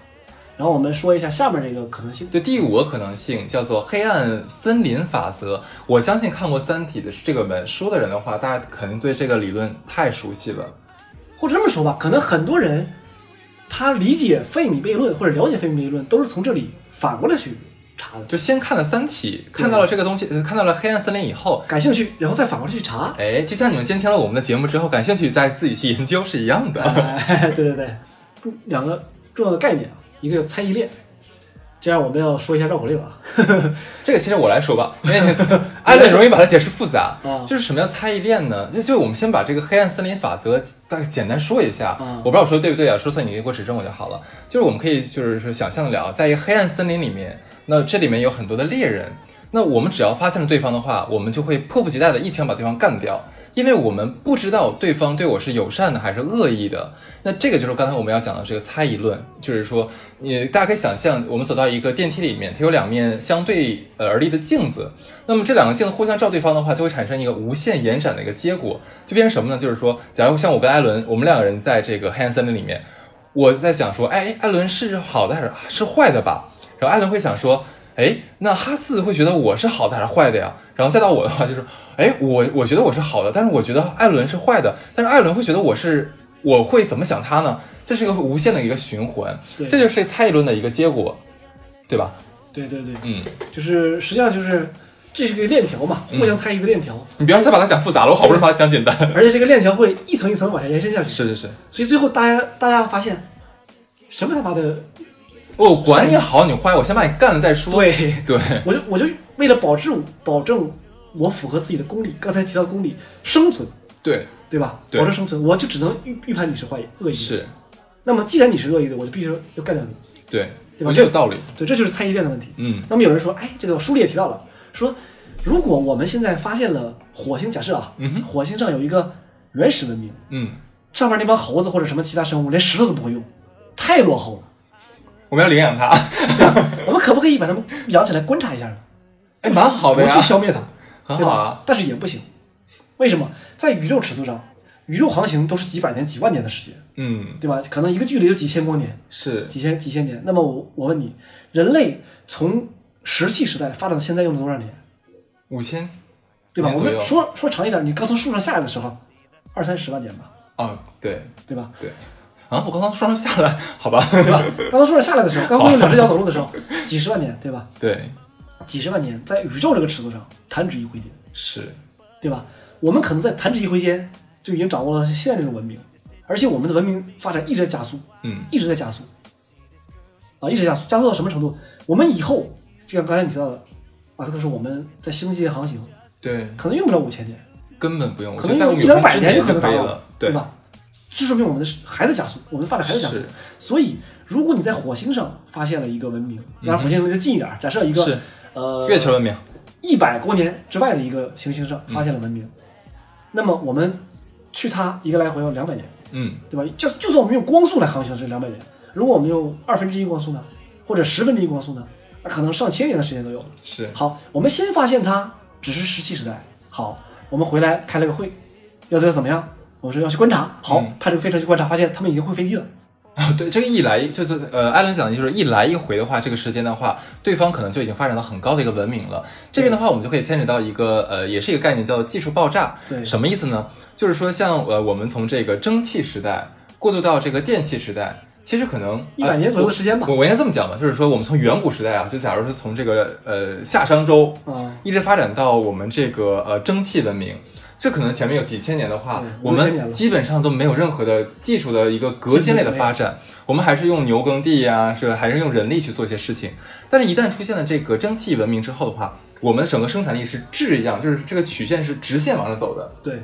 [SPEAKER 4] 然后我们说一下下面这个可能性。
[SPEAKER 3] 就第五个可能性叫做黑暗森林法则。我相信看过《三体》的这个本书的人的话，大家肯定对这个理论太熟悉了。
[SPEAKER 4] 或者这么说吧，可能很多人他理解费米悖论或者了解费米悖论，都是从这里反过来去查的，
[SPEAKER 3] 就先看了《三体》，看到了这个东西，呃看到了黑暗森林以后，
[SPEAKER 4] 感兴趣，然后再反过来去查。
[SPEAKER 3] 哎，就像你们今天听了我们的节目之后，感兴趣再自己去研究是一样的。
[SPEAKER 4] 哎， 对对对，两个重要的概念啊，一个叫猜疑链。这样我们要说一下绕口 令啊，
[SPEAKER 3] 这个其实我来说吧，因为 艾伦容易把它解释复杂
[SPEAKER 4] 啊。
[SPEAKER 3] 就是什么叫猜疑链呢？就就我们先把这个黑暗森林法则大概简单说一下。
[SPEAKER 4] 啊
[SPEAKER 3] 我不知道我说的对不对啊，说错你给我指正我就好了。就是我们可以就是说想象得了，在一个黑暗森林里面，那这里面有很多的猎人，那我们只要发现了对方的话，我们就会迫不及待的一枪把对方干掉。因为我们不知道对方对我是友善的还是恶意的，那这个就是刚才我们要讲的这个猜疑论，就是说，你大家可以想象，我们走到一个电梯里面，它有两面相对呃而立的镜子，那么这两个镜子互相照对方的话，就会产生一个无限延展的一个结果，就变成什么呢？就是说，假如像我跟艾伦，我们两个人在这个黑暗森林里面，我在想说，哎，艾伦是好的还是是坏的吧？然后艾伦会想说，哎，那哈四会觉得我是好的还是坏的呀？然后再到我的话就是，哎，我我觉得我是好的，但是我觉得艾伦是坏的，但是艾伦会觉得我是我会怎么想他呢？这是一个无限的一个循环，
[SPEAKER 4] 对
[SPEAKER 3] 这就是蔡一伦的一个结果，对吧？
[SPEAKER 4] 对对对，
[SPEAKER 3] 嗯，
[SPEAKER 4] 就是实际上就是这是个链条嘛，互相猜疑的链条，
[SPEAKER 3] 你不要再把它讲复杂了，我好不容易把它讲简单。
[SPEAKER 4] 而且这个链条会一层一层往下延伸下去，
[SPEAKER 3] 是是是，
[SPEAKER 4] 所以最后大家大家发现，什么他妈的
[SPEAKER 3] 我哦管你好你坏，我先把你干了再说。
[SPEAKER 4] 对，
[SPEAKER 3] 对，
[SPEAKER 4] 我就我就为了保质保证我符合自己的公理，刚才提到公理生存，
[SPEAKER 3] 对，
[SPEAKER 4] 对吧？
[SPEAKER 3] 对
[SPEAKER 4] 保证生存，我就只能预预判你是坏恶意的。
[SPEAKER 3] 是，
[SPEAKER 4] 那么既然你是恶意的，我就必须要干掉你。
[SPEAKER 3] 对，
[SPEAKER 4] 对吧
[SPEAKER 3] 我觉得有道理。
[SPEAKER 4] 对，这就是猜疑链的问题。
[SPEAKER 3] 嗯
[SPEAKER 4] 那么有人说，哎，这个书里也提到了，说如果我们现在发现了火星，假设啊，
[SPEAKER 3] 嗯哼
[SPEAKER 4] 火星上有一个原始文明，
[SPEAKER 3] 嗯，
[SPEAKER 4] 上面那帮猴子或者什么其他生物连石头都不会用，太落后了。
[SPEAKER 3] 我们要领养 它，
[SPEAKER 4] 我们可不可以把它们养起来观察一下呢？
[SPEAKER 3] 哎，蛮好
[SPEAKER 4] 不
[SPEAKER 3] 的呀
[SPEAKER 4] 去，消灭它，
[SPEAKER 3] 很
[SPEAKER 4] 对
[SPEAKER 3] 好
[SPEAKER 4] 吧？
[SPEAKER 3] 啊。
[SPEAKER 4] 但是也不行，为什么？在宇宙尺度上，宇宙航行都是几百年、几万年的时间，
[SPEAKER 3] 嗯，
[SPEAKER 4] 对吧？可能一个距离就几千光年、
[SPEAKER 3] 是，
[SPEAKER 4] 几千几千年。那么我我问你，人类从石器时代发展到现在用了多少年？
[SPEAKER 3] 五千
[SPEAKER 4] 对吧？
[SPEAKER 3] 年
[SPEAKER 4] 我
[SPEAKER 3] 左右
[SPEAKER 4] 们说说长一点，你刚从树上下来的时候，二三十万年吧，
[SPEAKER 3] 哦，对
[SPEAKER 4] 对吧？
[SPEAKER 3] 对，啊，我刚刚说下来， 好吧，
[SPEAKER 4] 对吧？ 刚从树上下来的时候，刚会用两只脚走路的时候，几十万年，对吧？
[SPEAKER 3] 对，
[SPEAKER 4] 几十万年，在宇宙这个尺度上，弹指一挥间，
[SPEAKER 3] 是，
[SPEAKER 4] 对吧？我们可能在弹指一挥间就已经掌握了现在这种文明，而且我们的文明发展一直在加速，
[SPEAKER 3] 嗯
[SPEAKER 4] 一直在加速，啊，一直加速，加速到什么程度？我们以后，就像刚才你提到的，马斯克说我们在星际间航行，
[SPEAKER 3] 对，
[SPEAKER 4] 可能用不了五千年，
[SPEAKER 3] 根本不用，我
[SPEAKER 4] 可
[SPEAKER 3] 觉得在
[SPEAKER 4] 能
[SPEAKER 3] 我
[SPEAKER 4] 用
[SPEAKER 3] 们
[SPEAKER 4] 一
[SPEAKER 3] 有生
[SPEAKER 4] 两百
[SPEAKER 3] 之
[SPEAKER 4] 年
[SPEAKER 3] 年
[SPEAKER 4] 就可
[SPEAKER 3] 就
[SPEAKER 4] 能
[SPEAKER 3] 可
[SPEAKER 4] 达
[SPEAKER 3] 以
[SPEAKER 4] 到
[SPEAKER 3] 了，，对
[SPEAKER 4] 吧？这说明我们的是还在加速，我们的发展还在加速
[SPEAKER 3] 是。
[SPEAKER 4] 所以，如果你在火星上发现了一个文明，当然火星离得近一点儿，假设一
[SPEAKER 3] 嗯是
[SPEAKER 4] 个呃
[SPEAKER 3] 月球文明，
[SPEAKER 4] 一百光年之外的一个行星上
[SPEAKER 3] 嗯
[SPEAKER 4] 发现了文明，那么我们去它一个来回要两百年，
[SPEAKER 3] 嗯，
[SPEAKER 4] 对吧？就就算我们用光速来航行是两百年，如果我们用二分之一光速呢，或者十分之一光速呢，那可能上千年的时间都有了。
[SPEAKER 3] 是，
[SPEAKER 4] 好，我们先发现它只是石器时代。好，我们回来开了个会，要它怎么样？我说要去观察。好
[SPEAKER 3] 嗯，
[SPEAKER 4] 派这个飞船去观察，发现他们已经会飞机了。
[SPEAKER 3] 啊， 对，这个一来就是呃，艾伦讲的就是一来一回的话，这个时间的话，对方可能就已经发展到很高的一个文明了。这边的话，我们就可以牵扯到一个呃，也是一个概念叫技术爆炸。
[SPEAKER 4] 对
[SPEAKER 3] 什么意思呢？就是说像呃，我们从这个蒸汽时代过渡到这个电气时代，其实可能
[SPEAKER 4] 100
[SPEAKER 3] 呃
[SPEAKER 4] 年左右的时间吧
[SPEAKER 3] 我我应该这么讲吧，就是说我们从远古时代啊，就假如说从这个呃夏商周
[SPEAKER 4] 啊
[SPEAKER 3] 一直发展到我们这个呃蒸汽文明。这可能前面有几千年的话
[SPEAKER 4] 对，
[SPEAKER 3] 我
[SPEAKER 4] 嗯五六千年
[SPEAKER 3] 们
[SPEAKER 4] 了
[SPEAKER 3] 基本上都没有任何的技术的一个革新类的发展，我们还是用牛耕地呀、是还是用人力去做一些事情。但是，一旦出现了这个蒸汽文明之后的话，我们的整个生产力是质一样，就是这个曲线是直线往上走的。
[SPEAKER 4] 对，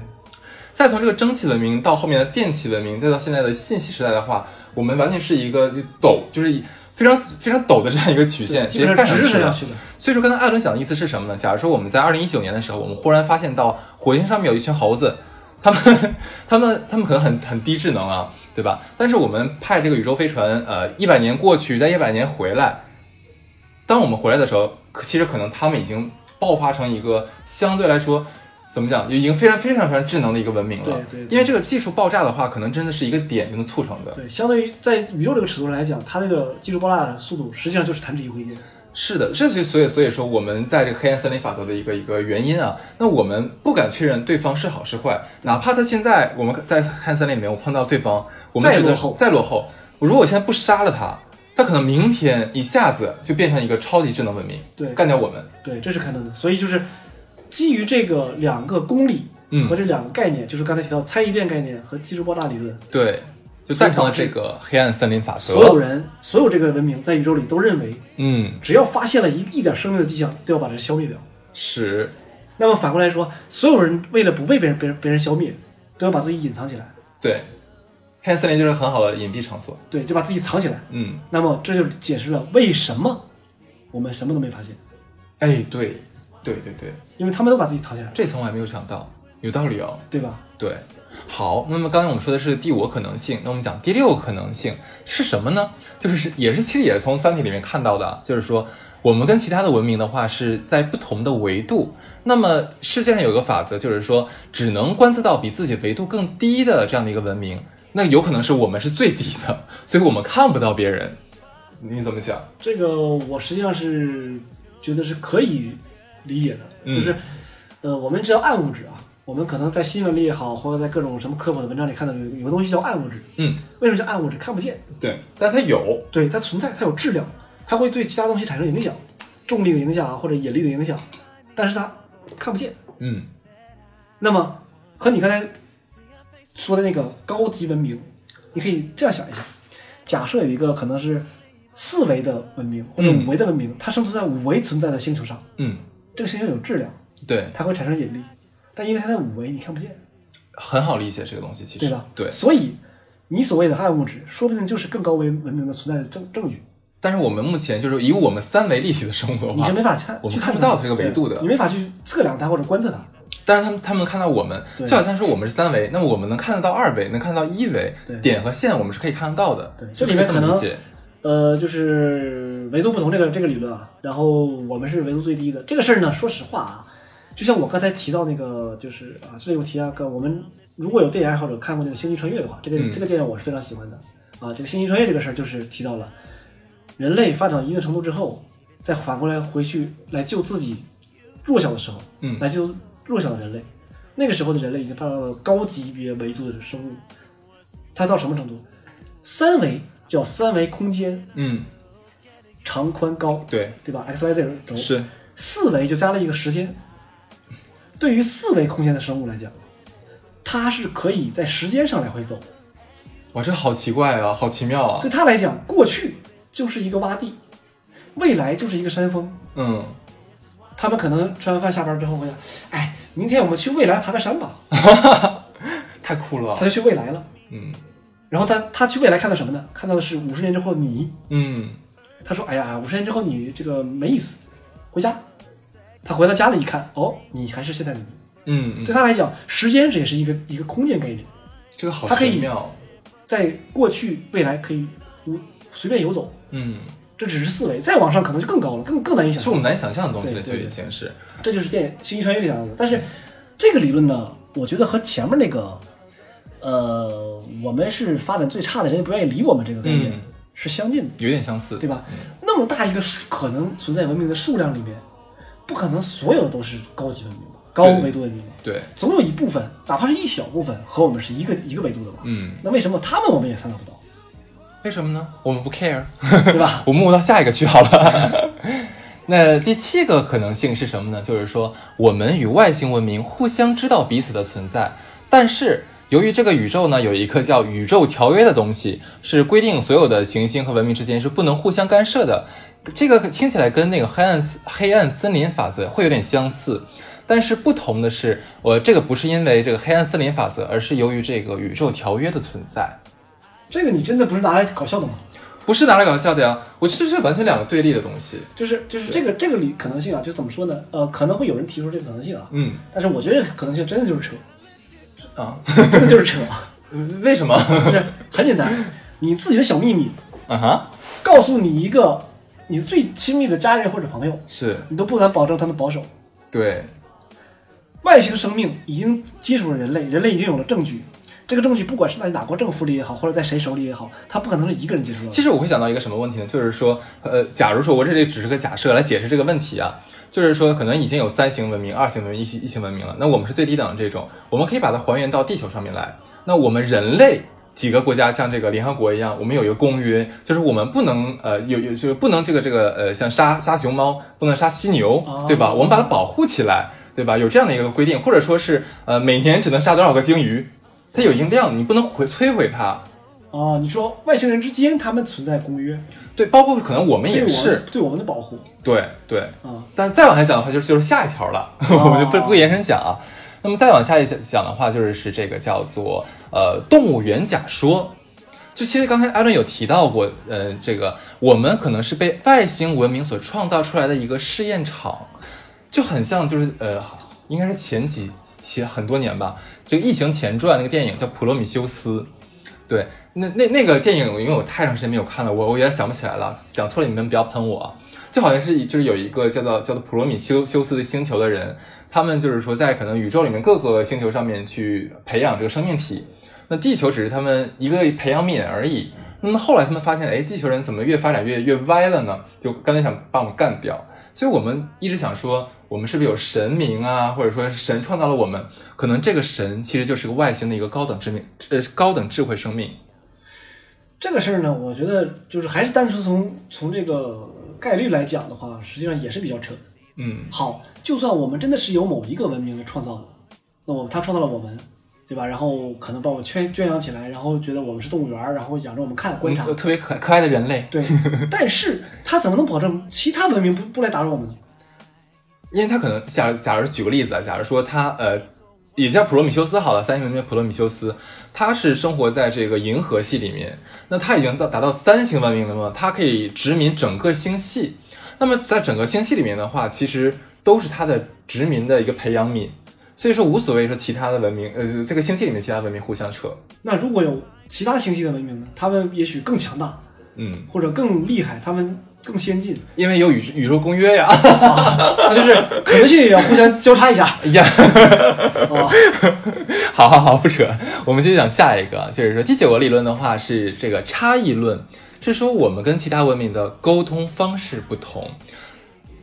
[SPEAKER 3] 再从这个蒸汽文明到后面的电气文明，再到现在的信息时代的话，我们完全是一个陡，就是非常非常陡的这样一个曲线，直
[SPEAKER 4] 基
[SPEAKER 3] 接
[SPEAKER 4] 本
[SPEAKER 3] 干啊
[SPEAKER 4] 上
[SPEAKER 3] 上
[SPEAKER 4] 直
[SPEAKER 3] 去
[SPEAKER 4] 着
[SPEAKER 3] 了
[SPEAKER 4] 上。去的。
[SPEAKER 3] 所以说，刚才艾伦讲的意思是什么呢？假如说我们在二零一九年的时候，我们忽然发现到火星上面有一群猴子，他们、他们、他们可能很很低智能啊，对吧？但是我们派这个宇宙飞船，呃，一百年过去，再一百年回来，当我们回来的时候，可其实可能他们已经爆发成一个相对来说。怎么讲？已经非常非常非常智能的一个文明了。
[SPEAKER 4] 对对对
[SPEAKER 3] 因为这个技术爆炸的话，可能真的是一个点就能促成的。
[SPEAKER 4] 对，相对于在宇宙这个尺度上来讲，它这个技术爆炸的速度实际上就是弹指一挥间。
[SPEAKER 3] 是的，这就所以所以说我们在这个黑暗森林法则的一个一个原因啊，那我们不敢确认对方是好是坏，哪怕他现在我们在黑暗森林里面我碰到对方，我们
[SPEAKER 4] 再
[SPEAKER 3] 觉得
[SPEAKER 4] 落后
[SPEAKER 3] 再落后，如果我现在不杀了他，他可能明天一下子就变成一个超级智能文明，
[SPEAKER 4] 对
[SPEAKER 3] 干掉我们，
[SPEAKER 4] 对，这是可能的。所以就是基于这个两个公理
[SPEAKER 3] 嗯
[SPEAKER 4] 和这两个概念，就是刚才提到猜疑链概念和技术爆炸理论，
[SPEAKER 3] 对，就诞生了这个黑暗森林法则，
[SPEAKER 4] 所有人所有这个文明在宇宙里都认为
[SPEAKER 3] 嗯，
[SPEAKER 4] 只要发现了一一点生命的迹象，都要把它消灭掉。
[SPEAKER 3] 是，
[SPEAKER 4] 那么反过来说，所有人为了不被别人、别人、别人消灭，都要把自己隐藏起来，
[SPEAKER 3] 对，黑暗森林就是很好的隐蔽场所，
[SPEAKER 4] 对，就把自己藏起来。
[SPEAKER 3] 嗯，
[SPEAKER 4] 那么这就解释了为什么我们什么都没发现，
[SPEAKER 3] 哎，对，对对对，
[SPEAKER 4] 因为他们都把自己藏起来了，
[SPEAKER 3] 这层我还没有想到，有道理哦。
[SPEAKER 4] 对吧？
[SPEAKER 3] 对，好，那么刚才我们说的是第五个可能性，那我们讲第六个可能性是什么呢？就是也是其实也是从《三体》里面看到的啊，就是说我们跟其他的文明的话是在不同的维度。那么世界上有个法则，就是说只能观测到比自己维度更低的这样的一个文明，那有可能是我们是最低的，所以我们看不到别人。你怎么想？
[SPEAKER 4] 这个我实际上是觉得是可以理解的，
[SPEAKER 3] 嗯
[SPEAKER 4] 就是呃，我们只要暗物质啊，我们可能在新闻里也好，或者在各种什么科普的文章里看到有有个东西叫暗物质，
[SPEAKER 3] 嗯，
[SPEAKER 4] 为什么叫暗物质？看不见，
[SPEAKER 3] 对，但它有，
[SPEAKER 4] 对，它存在，它有质量，它会对其他东西产生影响，重力的影响啊，或者引力的影响，但是它看不见。
[SPEAKER 3] 嗯
[SPEAKER 4] 那么和你刚才说的那个高级文明，你可以这样想一下：假设有一个可能是四维的文明或者
[SPEAKER 3] 嗯
[SPEAKER 4] 五维的文明，它生存在五维存在的星球上，
[SPEAKER 3] 嗯，
[SPEAKER 4] 这个星球有质量，
[SPEAKER 3] 对，
[SPEAKER 4] 它会产生引力，但因为它在五维，你看不见，
[SPEAKER 3] 很好理解这个东西，其实
[SPEAKER 4] 对吧？
[SPEAKER 3] 对，
[SPEAKER 4] 所以你所谓的暗物质，说不定就是更高维文明的存在的证证据，
[SPEAKER 3] 但是我们目前就是以我们三维立体的生活的
[SPEAKER 4] 你
[SPEAKER 3] 话
[SPEAKER 4] 是，没法去看
[SPEAKER 3] 我们
[SPEAKER 4] 去
[SPEAKER 3] 看
[SPEAKER 4] 看
[SPEAKER 3] 不
[SPEAKER 4] 它
[SPEAKER 3] 到这个维
[SPEAKER 4] 对
[SPEAKER 3] 度的
[SPEAKER 4] 你没法去测量它或者观测它。
[SPEAKER 3] 但是他们他们看到我们，
[SPEAKER 4] 对
[SPEAKER 3] 就好像是我们是三维，那么我们能看得到二维，能看到一维
[SPEAKER 4] 对，
[SPEAKER 3] 点和线我们是可以看得到的，
[SPEAKER 4] 对
[SPEAKER 3] 就
[SPEAKER 4] 这
[SPEAKER 3] 是
[SPEAKER 4] 里面
[SPEAKER 3] 这么
[SPEAKER 4] 可能
[SPEAKER 3] 理解，
[SPEAKER 4] 呃，就是维度不同这个这个理论啊，然后我们是维度最低的这个事儿呢，说实话啊，就像我刚才提到那个，就是啊，这里有提到个，我们如果有电影爱好者看过那个《星际穿越》的话，这个、
[SPEAKER 3] 嗯
[SPEAKER 4] 这个电影我是非常喜欢的啊。这个《星际穿越》这个事儿就是提到了人类发展到一定程度之后，再反过来回去来救自己弱小的时候，
[SPEAKER 3] 嗯
[SPEAKER 4] 来救弱小的人类。那个时候的人类已经发展到了高级别维度的生物，它到什么程度？三维叫三维空间，
[SPEAKER 3] 嗯，
[SPEAKER 4] 长宽高，
[SPEAKER 3] 对，
[SPEAKER 4] 对吧？x y z 轴
[SPEAKER 3] 是，
[SPEAKER 4] 四维就加了一个时间。对于四维空间的生物来讲，它是可以在时间上来回走的。
[SPEAKER 3] 哇，这好奇怪啊，好奇妙啊
[SPEAKER 4] 对，它来讲，过去就是一个洼地，未来就是一个山峰。
[SPEAKER 3] 嗯，
[SPEAKER 4] 他们可能吃完饭下班之后会想，哎，明天我们去未来爬个山吧。
[SPEAKER 3] 太酷
[SPEAKER 4] 他
[SPEAKER 3] 了，啊
[SPEAKER 4] 就去未来了。
[SPEAKER 3] 嗯
[SPEAKER 4] 然后他他去未来看到什么呢？看到的是五十年之后的你。
[SPEAKER 3] 嗯，
[SPEAKER 4] 他说，哎呀，五十年之后你这个没意思，回家。他回到家里一看，哦，你还是现在的你。
[SPEAKER 3] 嗯，
[SPEAKER 4] 对
[SPEAKER 3] 嗯，
[SPEAKER 4] 他来讲，时间这也是一个一个空间概念，
[SPEAKER 3] 这个好
[SPEAKER 4] 它可以
[SPEAKER 3] 奇妙，
[SPEAKER 4] 在过去、未来可以无随便游走，
[SPEAKER 3] 嗯，
[SPEAKER 4] 这只是四维，再往上可能就更高了，更更难以想
[SPEAKER 3] 是我们
[SPEAKER 4] 象。
[SPEAKER 3] 难以想象的东西了，就
[SPEAKER 4] 对对
[SPEAKER 3] 已经是，
[SPEAKER 4] 这就是电《星际穿越》里讲的。但是这个理论呢，我觉得和前面那个，呃，我们是发展最差的人也不愿意理我们这个概念、
[SPEAKER 3] 嗯
[SPEAKER 4] 是相近的，
[SPEAKER 3] 有点相似，
[SPEAKER 4] 对吧？那么大一个数可能存在文明的数量里面，不可能所有都是高级文明吧，高
[SPEAKER 3] 对
[SPEAKER 4] 维度文明吧，
[SPEAKER 3] 对，
[SPEAKER 4] 总有一部分，哪怕是一小部分和我们是一个一个维度的吧。
[SPEAKER 3] 嗯，
[SPEAKER 4] 那为什么他们我们也看到不 到，
[SPEAKER 3] 为什么呢？我们不 care，
[SPEAKER 4] 对吧？
[SPEAKER 3] 我们我到下一个去好了。 那第七个可能性是什么呢？就是说，我们与外星文明互相知道彼此的存在，但是由于这个宇宙呢有一个叫《宇宙条约》的东西，是规定所有的行星和文明之间是不能互相干涉的。这个听起来跟那个黑暗黑暗森林法则会有点相似，但是不同的是，我、这个不是因为这个黑暗森林法则，而是由于这个宇宙条约的存在。
[SPEAKER 4] 这个你真的不是拿来搞笑的吗？
[SPEAKER 3] 不是拿来搞笑的呀，我觉得这是完全两个对立的东西。
[SPEAKER 4] 就是就是这个这个理可能性啊，就怎么说呢？呃，可能会有人提出这个可能性啊，
[SPEAKER 3] 嗯
[SPEAKER 4] 但是我觉得这个可能性真的就是 扯，
[SPEAKER 3] 啊，
[SPEAKER 4] 真的就是扯，
[SPEAKER 3] 为 什么？
[SPEAKER 4] 就是很简单，你自己的小秘密，
[SPEAKER 3] 啊哈，
[SPEAKER 4] 告诉你一个你最亲密的家人或者朋友，
[SPEAKER 3] 是
[SPEAKER 4] 你都不敢保证他能保守。
[SPEAKER 3] 对，
[SPEAKER 4] 外星生命已经接触了人类，人类已经有了证据，这个证据不管是在哪国政府里也好，或者在谁手里也好，他不可能是一个人接触到的。
[SPEAKER 3] 其实我会想到一个什么问题呢？就是说，呃，假如说我这里只是个假设来解释这个问题啊，就是说，可能已经有三型文明、二型文明、一型一型文明了，那我们是最低等的这种，我们可以把它还原到地球上面来。那我们人类几个国家，像这个联合国一样，我们有一个公约，就是我们不能呃有有就是不能这个这个呃像杀杀熊猫，不能杀犀牛
[SPEAKER 4] 哦，
[SPEAKER 3] 对吧？我们把它保护起来，对吧？有这样的一个规定，或者说是呃每年只能杀多少个鲸鱼，它有一定量，你不能毁摧毁它。
[SPEAKER 4] 啊，你说外星人之间他们存在公约，
[SPEAKER 3] 对，包括可能我们
[SPEAKER 4] 对
[SPEAKER 3] 也
[SPEAKER 4] 我
[SPEAKER 3] 是
[SPEAKER 4] 们，对我们的保护
[SPEAKER 3] 对对，
[SPEAKER 4] 啊。
[SPEAKER 3] 但是再往下讲的话，就是就是下一条了， 我们就不不延伸讲啊。那么再往下一讲的话，就是是这个叫做呃动物园假说。就其实刚才艾伦有提到过，呃，这个我们可能是被外星文明所创造出来的一个试验场，就很像就是呃，应该是前几前很多年吧，这个《异形前传》那个电影叫《普罗米修斯》，对，那那那个电影，因为我太长时间没有看了，我我有点想不起来了，讲错了你们不要喷我啊。就好像是就是有一个叫做叫做普罗米修修斯的星球的人，他们就是说在可能宇宙里面各个星球上面去培养这个生命体，那地球只是他们一个培养皿而已。那么后来他们发现，哎，地球人怎么越发展越越歪了呢？就干脆想把我们干掉。所以我们一直想说，我们是不是有神明啊，或者说神创造了我们？可能这个神其实就是个外星的一个高等之命，呃，高等智慧生命。
[SPEAKER 4] 这个事儿呢，我觉得就是还是单纯从从这个概率来讲的话，实际上也是比较扯。
[SPEAKER 3] 嗯
[SPEAKER 4] 好，就算我们真的是由某一个文明的创造的，那么他创造了我们，对吧？然后可能把我们圈圈养起来，然后觉得我们是动物园儿，然后养着我们看观察
[SPEAKER 3] 嗯。特别可可爱的人类，
[SPEAKER 4] 对，但是他怎么能保证其他文明不不来打扰我们呢？
[SPEAKER 3] 因为他可能假假如举个例子啊，假如说他呃，也叫普罗米修斯好了，三星文明的普罗米修斯，他是生活在这个银河系里面，那他已经到达到三星文明了嘛，他可以殖民整个星系。那么在整个星系里面的话，其实都是他的殖民的一个培养皿，所以说无所谓说其他的文明，呃，这个星系里面其他文明互相扯，
[SPEAKER 4] 那如果有其他星系的文明呢？他们也许更强大，
[SPEAKER 3] 嗯，
[SPEAKER 4] 或者更厉害，他们更先进，
[SPEAKER 3] 因为有宇宙宇宙公约呀，
[SPEAKER 4] 那就是可能性也要互相交叉一下。
[SPEAKER 3] 哎呀。
[SPEAKER 4] 哦，
[SPEAKER 3] 好好好，不扯，我们接着讲下一个，就是说第九个理论的话是这个差异论，是说我们跟其他文明的沟通方式不同。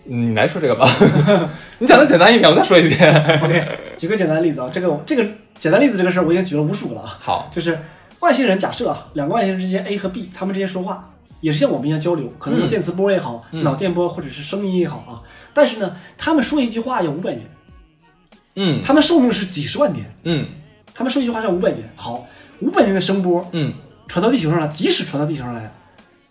[SPEAKER 3] 你来说这个吧， 你讲的简单一点，我再说一遍。
[SPEAKER 4] OK，举个简单的例子啊，这个这个简单例子这个事儿我已经举了无数了啊，
[SPEAKER 3] 好，
[SPEAKER 4] 就是外星人假设啊，两个外星人之间 A 和 B 他们之间说话，也是像我们一样交流，可能有
[SPEAKER 3] 嗯
[SPEAKER 4] 电磁波也好，
[SPEAKER 3] 嗯
[SPEAKER 4] 脑电波或者是声音也好啊，但是呢，他们说一句话要五百年，
[SPEAKER 3] 嗯
[SPEAKER 4] 他们寿命是几十万年，
[SPEAKER 3] 嗯
[SPEAKER 4] 他们说一句话要五百年，好，五百年的声波
[SPEAKER 3] 嗯，
[SPEAKER 4] 传到地球上了，即使传到地球上来，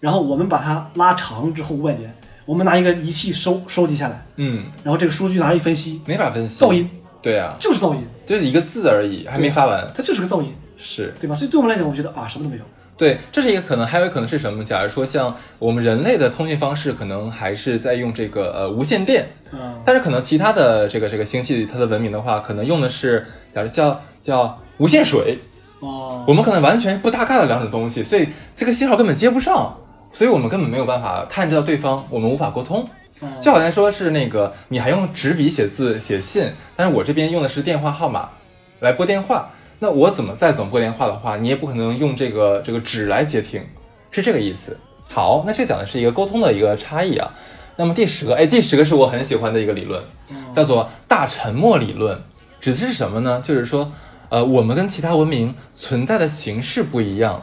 [SPEAKER 4] 然后我们把它拉长之后五百年，我们拿一个仪器收收集下来，
[SPEAKER 3] 嗯，
[SPEAKER 4] 然后这个数据拿来一分析，
[SPEAKER 3] 没法分析
[SPEAKER 4] 噪音，
[SPEAKER 3] 对啊，
[SPEAKER 4] 就是噪音，
[SPEAKER 3] 就是一个字而已，还没发完。
[SPEAKER 4] 它就是个噪音，
[SPEAKER 3] 是
[SPEAKER 4] 对吧？所以对我们来讲，我觉得啊，什么都没有。
[SPEAKER 3] 对，这是一个可能，还有一个可能是什么？假如说像我们人类的通信方式，可能还是在用这个呃无线电，
[SPEAKER 4] 嗯，
[SPEAKER 3] 但是可能其他的这个这个星系它的文明的话，可能用的是，假如叫叫无线水，
[SPEAKER 4] 哦，
[SPEAKER 3] 我们可能完全不搭嘎的两种东西，所以这个信号根本接不上，所以我们根本没有办法探知到对方，我们无法沟通。
[SPEAKER 4] 哦
[SPEAKER 3] 就好像说是那个你还用纸笔写字写信，但是我这边用的是电话号码来拨电话，那我怎么再怎么拨电话的话，你也不可能用这个这个纸来接听，是这个意思。好，那这讲的是一个沟通的一个差异啊。那么第十个，哎，第十个是我很喜欢的一个理论，叫做大沉默理论，指的是什么呢？就是说，呃，我们跟其他文明存在的形式不一样。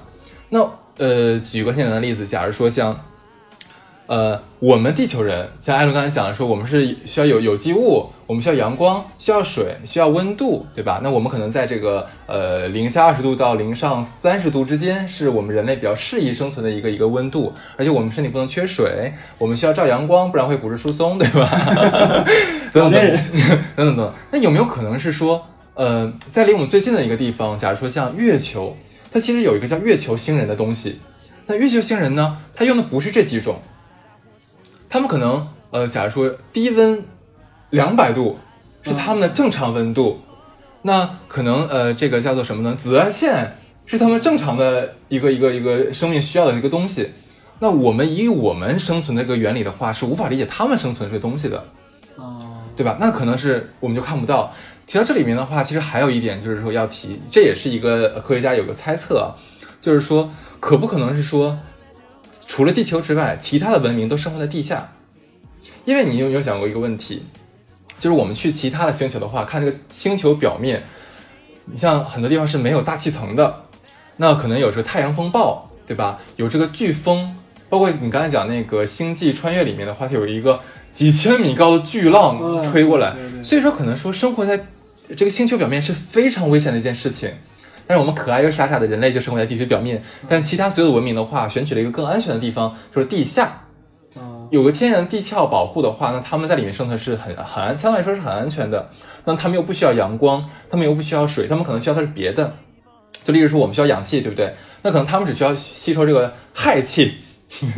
[SPEAKER 3] 那呃，举个简单的例子，假如说像呃，我们地球人，像艾伦刚才讲的说，我们是需要有有机物，我们需要阳光，需要水，需要温度，对吧？那我们可能在这个呃零下二十度到零上三十度之间，是我们人类比较适宜生存的一个一个温度，而且我们身体不能缺水，我们需要照阳光，不然会骨质疏松，对吧？ 等等
[SPEAKER 4] 老年
[SPEAKER 3] 等等等等，那有没有可能是说，呃，在离我们最近的一个地方，假如说像月球，它其实有一个叫月球星人的东西。那月球星人呢，它用的不是这几种，他们可能呃，假如说低温两百度是他们的正常温度，那可能呃，这个叫做什么呢？紫外线是他们正常的一个一个一个生命需要的一个东西。那我们以我们生存的这个原理的话，是无法理解他们生存这个东西的。
[SPEAKER 4] 哦，
[SPEAKER 3] 对吧？那可能是我们就看不到。提到这里面的话，其实还有一点就是说要提，这也是一个呃科学家有个猜测啊，就是说可不可能是说，除了地球之外，其他的文明都生活在地下？因为你有没有想过一个问题，就是我们去其他的星球的话，看这个星球表面，你像很多地方是没有大气层的，那可能有这个太阳风暴，对吧？有这个飓风，包括你刚才讲那个《星际穿越》里面的话，它有一个几千米高的巨浪
[SPEAKER 4] 嗯
[SPEAKER 3] 吹过来，
[SPEAKER 4] 对对对
[SPEAKER 3] 所以说可能说生活在这个星球表面是非常危险的一件事情。但是我们可爱又傻傻的人类就生活在地球表面，但其他所有的文明的话，选取了一个更安全的地方，就是地下。
[SPEAKER 4] 哦，
[SPEAKER 3] 有个天然地壳保护的话，那他们在里面生存是很很安，相对来说是很安全的。那他们又不需要阳光，他们又不需要水，他们可能需要的是别的。就例如说，我们需要氧气，对不对？那可能他们只需要吸收这个氦气，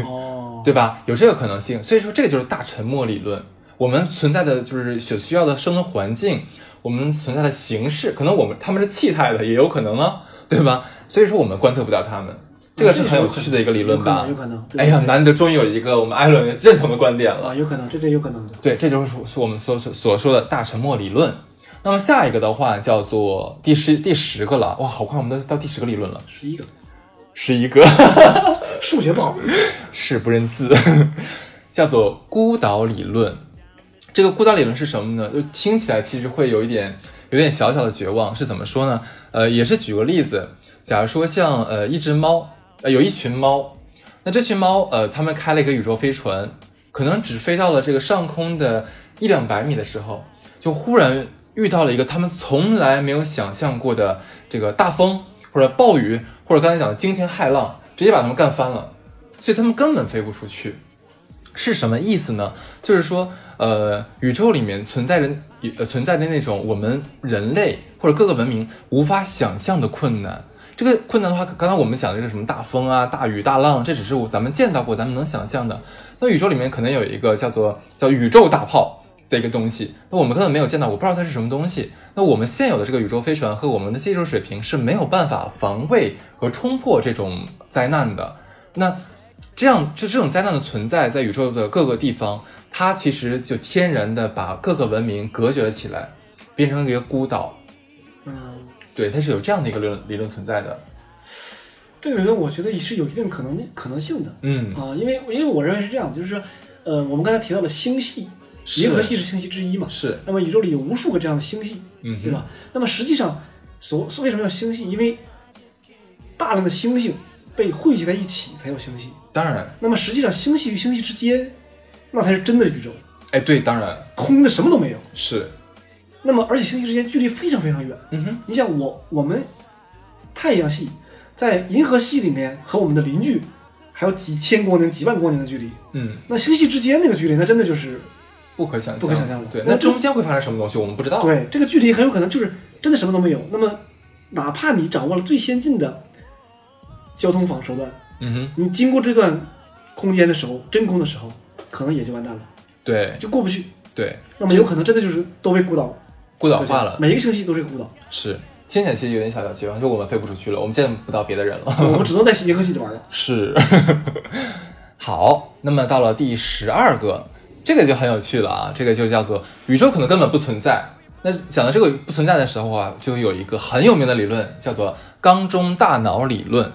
[SPEAKER 4] 哦，
[SPEAKER 3] 对吧？有这个可能性。所以说，这个就是大沉默理论。我们存在的就是所需要的生存环境，我们存在的形式，可能我们他们是气态的，也有可能啊，对吧？所以说我们观测不到他们，这个是很有趣的一个理论吧？
[SPEAKER 4] 有可能有可能对
[SPEAKER 3] 哎呀，
[SPEAKER 4] 对
[SPEAKER 3] 难得终于有一个我们艾伦认同的观点了
[SPEAKER 4] 啊，。有可能，这这有可能的。
[SPEAKER 3] 对，这就是是我们所所所说的大沉默理论。那么下一个的话叫做第十第十个了，哇，好快我们都到第十个理论了，
[SPEAKER 4] 十一个，
[SPEAKER 3] 十一个
[SPEAKER 4] 数学不好，
[SPEAKER 3] 是不认字，叫做孤岛理论。这个顾大理论是什么呢？就听起来其实会有一点有点小小的绝望，是怎么说呢？呃，也是举个例子，假如说像呃一只猫，呃有一群猫，那这群猫呃它们开了一个宇宙飞船，可能只飞到了这个上空的一两百米的时候，就忽然遇到了一个他们从来没有想象过的这个大风或者暴雨，或者刚才讲的惊天骇浪，直接把他们干翻了，所以他们根本飞不出去。是什么意思呢？就是说，呃，宇宙里面存在着、呃、存在的那种我们人类或者各个文明无法想象的困难。这个困难的话，刚才我们讲的这个什么大风啊、大雨、大浪，这只是我咱们见到过、咱们能想象的。那宇宙里面可能有一个叫做叫宇宙大炮的一个东西，那我们根本没有见到，我不知道它是什么东西。那我们现有的这个宇宙飞船和我们的技术水平是没有办法防卫和冲破这种灾难的。那这样就这种灾难的存在，在宇宙的各个地方，它其实就天然的把各个文明隔绝了起来，变成一个孤岛。
[SPEAKER 4] 嗯，
[SPEAKER 3] 对，它是有这样的一个理论理论存在的。
[SPEAKER 4] 这个理论我觉得也是有一定可能可能性的
[SPEAKER 3] 嗯，
[SPEAKER 4] 啊、因为因为我认为是这样，就是说呃，我们刚才提到的星系，
[SPEAKER 3] 是
[SPEAKER 4] 银河系是星系之一嘛，
[SPEAKER 3] 是，
[SPEAKER 4] 那么宇宙里有无数个这样的星系，
[SPEAKER 3] 嗯哼
[SPEAKER 4] 对吧？那么实际上，所所为什么叫星系？因为大量的星星被汇集在一起才有星系。
[SPEAKER 3] 当然，
[SPEAKER 4] 那么实际上，星系与星系之间，那才是真的宇宙，
[SPEAKER 3] 哎，对，当然
[SPEAKER 4] 空的什么都没有。
[SPEAKER 3] 是，
[SPEAKER 4] 那么而且星系之间距离非常非常远。
[SPEAKER 3] 嗯哼，
[SPEAKER 4] 你想我我们太阳系在银河系里面和我们的邻居还有几千光年、几万光年的距离，
[SPEAKER 3] 嗯，
[SPEAKER 4] 那星系之间那个距离，那真的就是
[SPEAKER 3] 不可想象，
[SPEAKER 4] 不可想象的
[SPEAKER 3] 对，
[SPEAKER 4] 那
[SPEAKER 3] 那中间会发生什么东西，我们不知道。，
[SPEAKER 4] 对，这个距离很有可能就是真的什么都没有。那么，哪怕你掌握了最先进的交通方手段，
[SPEAKER 3] 嗯哼，
[SPEAKER 4] 你经过这段空间的时候，真空的时候，可能也就完蛋了，
[SPEAKER 3] 对
[SPEAKER 4] 就过不去。
[SPEAKER 3] 对，
[SPEAKER 4] 那么有可能真的就是都被孤岛
[SPEAKER 3] 孤岛
[SPEAKER 4] 过去
[SPEAKER 3] 化了，
[SPEAKER 4] 每一个星系都是 孤岛，
[SPEAKER 3] 是。听起来其实有点小小绝望，就我们飞不出去了，我们见不到别的人了。
[SPEAKER 4] 我们只能在银河系里玩了。
[SPEAKER 3] 是， 好，那么到了第十二个，这个就很有趣了啊，这个就叫做宇宙可能根本不存在。那讲到这个不存在的时候啊，就有一个很有名的理论，叫做缸中大脑理论。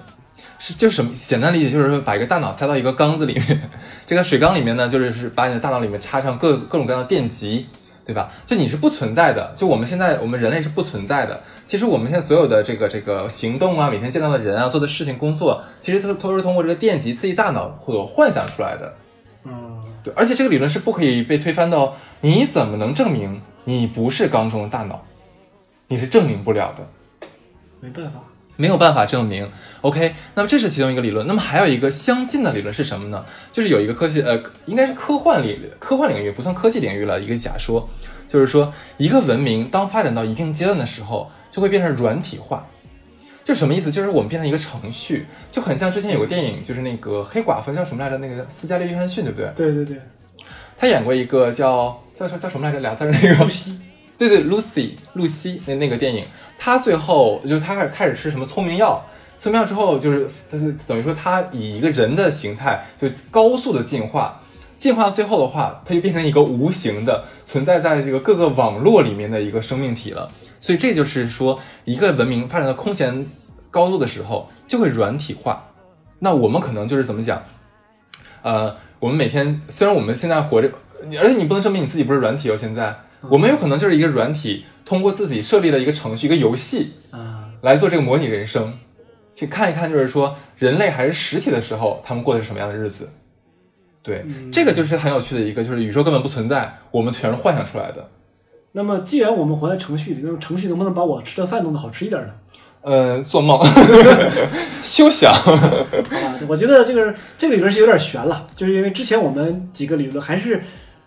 [SPEAKER 3] 是就是什么？简单理解就是把一个大脑塞到一个缸子里面，这个水缸里面呢，就是是把你的大脑里面插上各各种各样的电极，对吧？就你是不存在的，就我们现在我们人类是不存在的。其实我们现在所有的这个这个行动啊，每天见到的人啊，做的事情、工作，其实都都是通过这个电极刺激大脑所幻想出来的。
[SPEAKER 4] 嗯，
[SPEAKER 3] 对，而且这个理论是不可以被推翻的哦。你怎么能证明你不是缸中的大脑？你是证明不了的。
[SPEAKER 4] 没办法，
[SPEAKER 3] 没有办法证明。OK，那么这是其中一个理论。那么还有一个相近的理论是什么呢？就是有一个科学呃，应该是科幻领科幻领域，不算科技领域了。一个假说就是说，一个文明当发展到一定阶段的时候，就会变成软体化。就什么意思？就是我们变成一个程序，就很像之前有个电影，就是那个黑寡妇叫什么来着？那个斯嘉丽·约翰逊，对不对？
[SPEAKER 4] 对对对，嗯
[SPEAKER 3] 她演过一个叫叫叫叫什么来着？俩字儿那个
[SPEAKER 4] 呼吸，
[SPEAKER 3] 对对，Lucy 露西那那个电影，她最后就是她开始开始吃什么聪明药，聪明药之后就是，她是等于说她以一个人的形态就高速的进化，进化到最后的话，她就变成一个无形的存在在这个各个网络里面的一个生命体了。所以这就是说，一个文明发展到空前高度的时候，就会软体化。那我们可能就是怎么讲？呃，我们每天虽然我们现在活着，你而且你不能证明你自己不是软体哦。现在
[SPEAKER 4] 嗯
[SPEAKER 3] 我们有可能就是一个软体，通过自己设立的一个程序、一个游戏
[SPEAKER 4] 啊，
[SPEAKER 3] 来做这个模拟人生，去看一看，就是说人类还是实体的时候，他们过的是什么样的日子。对，
[SPEAKER 4] 嗯
[SPEAKER 3] 这个就是很有趣的一个，就是宇宙根本不存在，我们全是幻想出来的。
[SPEAKER 4] 那么既然我们活在程序里，那么程序能不能把我吃的饭弄得好吃一点呢？
[SPEAKER 3] 呃，做梦，休想。
[SPEAKER 4] 啊，我觉得这个这个理论是有点悬了，就是因为之前我们几个理论还是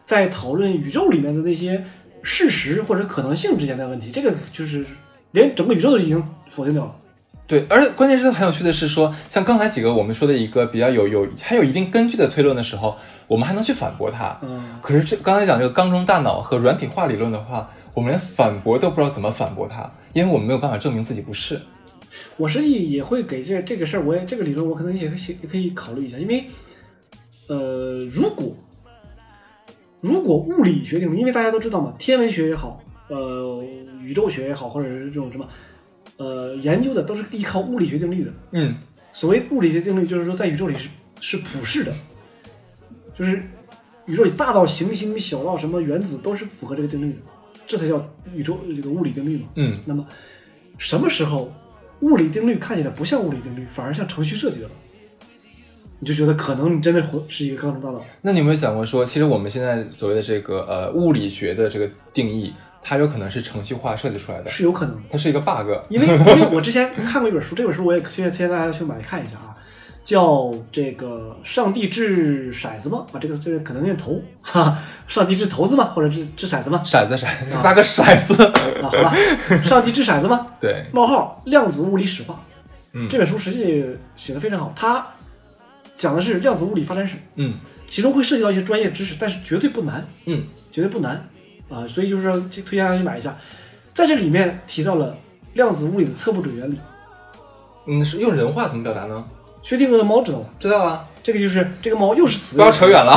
[SPEAKER 4] 在讨论宇宙里面的那些事实或者可能性之间的问题，这个就是连整个宇宙都已经否定掉了。嗯
[SPEAKER 3] 对，而且关键是很有趣的是说，像刚才几个我们说的一个比较有有还有一定根据的推论的时候，我们还能去反驳它。
[SPEAKER 4] 嗯，
[SPEAKER 3] 可是这刚才讲这个缸中大脑和软体化理论的话，我们连反驳都不知道怎么反驳它，因为我们没有办法证明自己不是。
[SPEAKER 4] 我实际也会给这这个事儿，我也这个理论我可能也可以也可以考虑一下，因为呃，如果如果物理学定律，因为大家都知道嘛，天文学也好，呃，宇宙学也好，或者是这种什么呃研究的都是依靠物理学定律的。
[SPEAKER 3] 嗯，
[SPEAKER 4] 所谓物理学定律，就是说在宇宙里是是普世的，就是宇宙里大到行星、小到什么原子都是符合这个定律的，这才叫宇宙这个物理定律嘛。
[SPEAKER 3] 嗯，
[SPEAKER 4] 那么什么时候物理定律看起来不像物理定律，反而像程序设计了？你就觉得可能你真的活是一个康庄大道。
[SPEAKER 3] 那你有没有想过说，其实我们现在所谓的这个呃物理学的这个定义，它有可能是程序化设计出来的，
[SPEAKER 4] 是有可能的。
[SPEAKER 3] 它是一个 bug。
[SPEAKER 4] 因为因为我之前看过一本书，这本书我也推荐推荐大家去买看一下啊，叫这个“上帝掷骰子”吗？啊，这个这个可能念骰，哈哈，上帝掷骰子吗？或者掷掷骰子吗？
[SPEAKER 3] 骰子骰 子，发个骰子。
[SPEAKER 4] 啊，好吧，上帝掷骰子吗？
[SPEAKER 3] 对，
[SPEAKER 4] 冒号量子物理史话，
[SPEAKER 3] 嗯
[SPEAKER 4] 这本书实际写的非常好，它讲的是量子物理发展史，
[SPEAKER 3] 嗯
[SPEAKER 4] 其中会涉及到一些专业知识，但是绝对不难，
[SPEAKER 3] 嗯
[SPEAKER 4] 绝对不难啊、所以就是说推推荐大家去买一下，在这里面提到了量子物理的测不准原理。
[SPEAKER 3] 嗯，是用人话怎么表达呢？
[SPEAKER 4] 薛定谔的猫知道吗？
[SPEAKER 3] 知道啊，
[SPEAKER 4] 这个就是这个猫又是死，
[SPEAKER 3] 不要扯远了。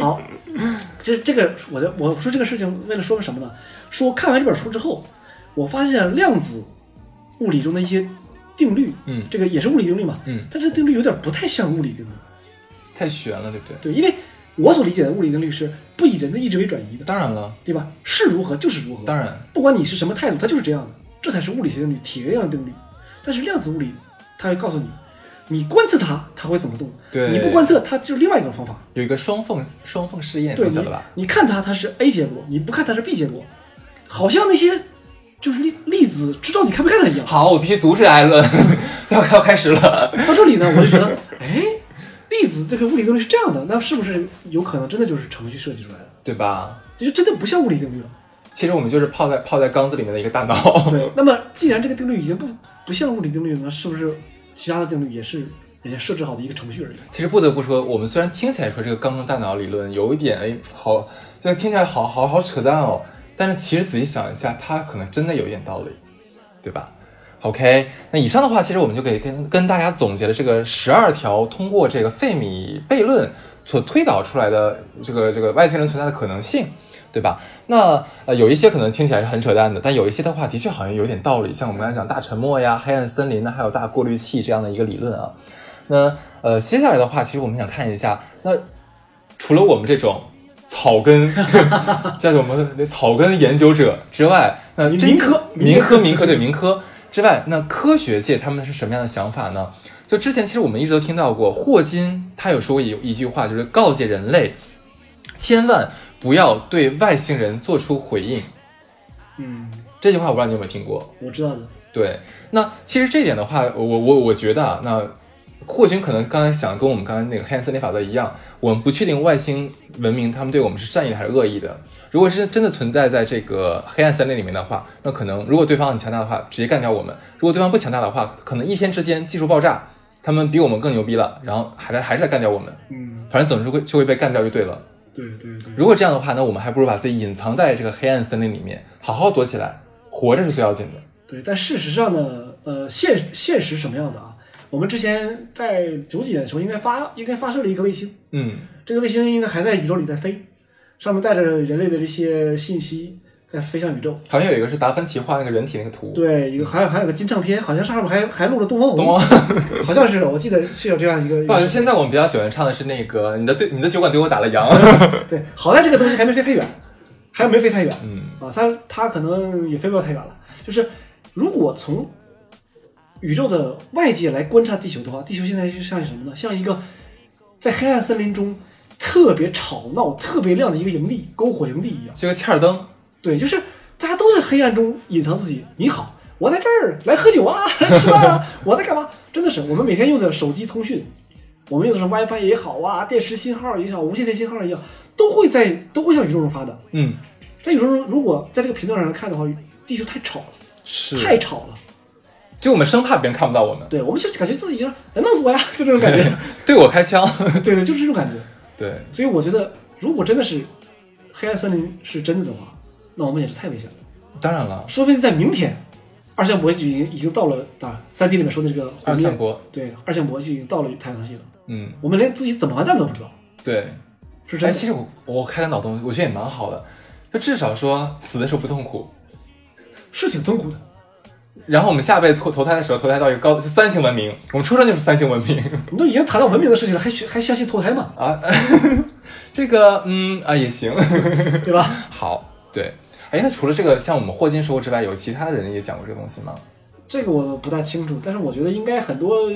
[SPEAKER 4] 好，嗯这这个我的我说这个事情为了说个什么呢？说看完这本书之后，我发现量子物理中的一些定律，
[SPEAKER 3] 嗯
[SPEAKER 4] 这个也是物理定律嘛，
[SPEAKER 3] 嗯，
[SPEAKER 4] 但这定律有点不太像物理定律，
[SPEAKER 3] 太悬了，对不对？
[SPEAKER 4] 对，因为我所理解的物理定律是不以人的意志为转移的，
[SPEAKER 3] 当然了，
[SPEAKER 4] 对吧？是如何就是如何，
[SPEAKER 3] 当然，
[SPEAKER 4] 不管你是什么态度，它就是这样的，这才是物理学定律、铁定律定律。但是量子物理，它会告诉你，你观测它，它会怎么动；
[SPEAKER 3] 对
[SPEAKER 4] 你不观测，它就是另外一种方法。
[SPEAKER 3] 有一个双缝双缝试验，
[SPEAKER 4] 对
[SPEAKER 3] 你
[SPEAKER 4] 你
[SPEAKER 3] 晓得吧？，
[SPEAKER 4] 你看它它是 A 结果，你不看它是 B 结果，好像那些就是粒粒子知道你看没看它一样。
[SPEAKER 3] 好，我必须阻止艾伦， 要要开始了。
[SPEAKER 4] 到这里呢，我就觉 得，哎，粒子这个物理定律是这样的，那是不是有可能真的就是程序设计出来的？
[SPEAKER 3] 对吧？
[SPEAKER 4] 就真的不像物理定律了。
[SPEAKER 3] 其实我们就是泡在泡在缸子里面的一个大脑。
[SPEAKER 4] 对，那么既然这个定律已经不不像物理定律了，那是不是其他的定律也是人家设置好的一个程序而已？
[SPEAKER 3] 其实不得不说，我们虽然听起来说这个缸中大脑理论有一点哎好，就听起来好好好扯淡哦，但是其实仔细想一下，它可能真的有一点道理，对吧？OK，那以上的话，其实我们就可以跟跟大家总结了这个十二条通过这个费米悖论所推导出来的这个这个外星人存在的可能性。对吧？那呃，有一些可能听起来是很扯淡的，但有一些的话，的确好像有点道理。像我们刚才讲大沉默呀、黑暗森林呐，还有大过滤器这样的一个理论啊。那呃，接下来的话，其实我们想看一下，那除了我们这种草根， 叫什么草根研究者之外，那
[SPEAKER 4] 民
[SPEAKER 3] 这
[SPEAKER 4] 民科
[SPEAKER 3] 民科、民科对民科之外，那科学界他们是什么样的想法呢？就之前其实我们一直都听到过，霍金他有说过一一句话，就是告诫人类千万不要对外星人做出回应。
[SPEAKER 4] 嗯，
[SPEAKER 3] 这句话我不知道你有没有听过？
[SPEAKER 4] 我知道的。
[SPEAKER 3] 对，那其实这一点的话，我我我觉得啊，那霍军可能刚才想跟我们刚才那个黑暗森林法则一样，我们不确定外星文明他们对我们是善意的还是恶意的。如果是真的存在在这个黑暗森林里面的话，那可能如果对方很强大的话，直接干掉我们；如果对方不强大的话，可能一天之间技术爆炸，他们比我们更牛逼了，然后还来还是来干掉我们。
[SPEAKER 4] 嗯，
[SPEAKER 3] 反正总之会就会被干掉就对了。
[SPEAKER 4] 对对对，
[SPEAKER 3] 如果这样的话，那我们还不如把自己隐藏在这个黑暗森林里面，好好躲起来，活着是最要紧的。
[SPEAKER 4] 对。但事实上呢，呃，现现实什么样的啊？我们之前在九几年的时候，应该发应该发射了一个卫星，
[SPEAKER 3] 嗯。
[SPEAKER 4] 这个卫星应该还在宇宙里在飞，上面带着人类的这些信息在飞向宇宙。
[SPEAKER 3] 好像有一个是达芬奇画那个人体那个图，
[SPEAKER 4] 对，有还有还有个金唱片，好像上面还还录了东方啊
[SPEAKER 3] 懂
[SPEAKER 4] 红，
[SPEAKER 3] 吗？
[SPEAKER 4] 好像是我记得是有这样一个。一
[SPEAKER 3] 好
[SPEAKER 4] 个
[SPEAKER 3] 像
[SPEAKER 4] 事情
[SPEAKER 3] 现在我们比较喜欢唱的是那个你的对你的酒馆对我打了 烊，
[SPEAKER 4] 对，好在这个东西还没飞太远，还没飞太远。
[SPEAKER 3] 嗯
[SPEAKER 4] 啊，它它可能也飞不了太远了。就是如果从宇宙的外界来观察地球的话，地球现在就像什么呢？像一个在黑暗森林中特别吵闹、特别亮的一个营地，篝火营地一样。
[SPEAKER 3] 就个欠儿灯，
[SPEAKER 4] 对，就是大家都在黑暗中隐藏自己。你好，我在这儿，来喝酒啊， 来吃饭啊，我在干嘛？真的是，我们每天用的手机通讯，我们用的是 WiFi 也好啊，电池信号也好，无线电信号也好，都会在都会向宇宙中发的。
[SPEAKER 3] 嗯，
[SPEAKER 4] 但有时候如果在这个频道上看的话，地球太吵了，太
[SPEAKER 3] 是，
[SPEAKER 4] 吵了。
[SPEAKER 3] 就我们生怕别人看不到我们，
[SPEAKER 4] 对，我们就感觉自己就是哎弄死我呀，就这种感 觉。
[SPEAKER 3] 对我开枪，
[SPEAKER 4] 对对，就是这种感觉。
[SPEAKER 3] 对，
[SPEAKER 4] 所以我觉得，如果真的是黑暗森林是真的的话，那我们也是太危险了。
[SPEAKER 3] 当然了，
[SPEAKER 4] 说不定在明天，二向箔就已经已经到了啊，三 D 里面说的这个弧
[SPEAKER 3] 二三
[SPEAKER 4] 面，
[SPEAKER 3] 国，
[SPEAKER 4] 对，二向箔就已经到了太阳系了。
[SPEAKER 3] 嗯，
[SPEAKER 4] 我们连自己怎么完蛋都不知道，
[SPEAKER 3] 对，
[SPEAKER 4] 是真
[SPEAKER 3] 哎，
[SPEAKER 4] 的。
[SPEAKER 3] 其实我我开个脑洞，我觉得也蛮好的，就至少说死的时候不痛苦，
[SPEAKER 4] 是挺痛苦的，
[SPEAKER 3] 然后我们下辈子投投胎的时候，投胎到一个高三星文明，我们出生就是三星文明
[SPEAKER 4] 你都已经谈到文明的事情了，还还相信投胎吗？
[SPEAKER 3] 啊。 这个，嗯啊，也行。
[SPEAKER 4] 对吧？
[SPEAKER 3] 好，对。哎，那除了这个，像我们霍金说过之外，有其他人也讲过这个东西吗？
[SPEAKER 4] 这个我不大清楚，但是我觉得应该很多、呃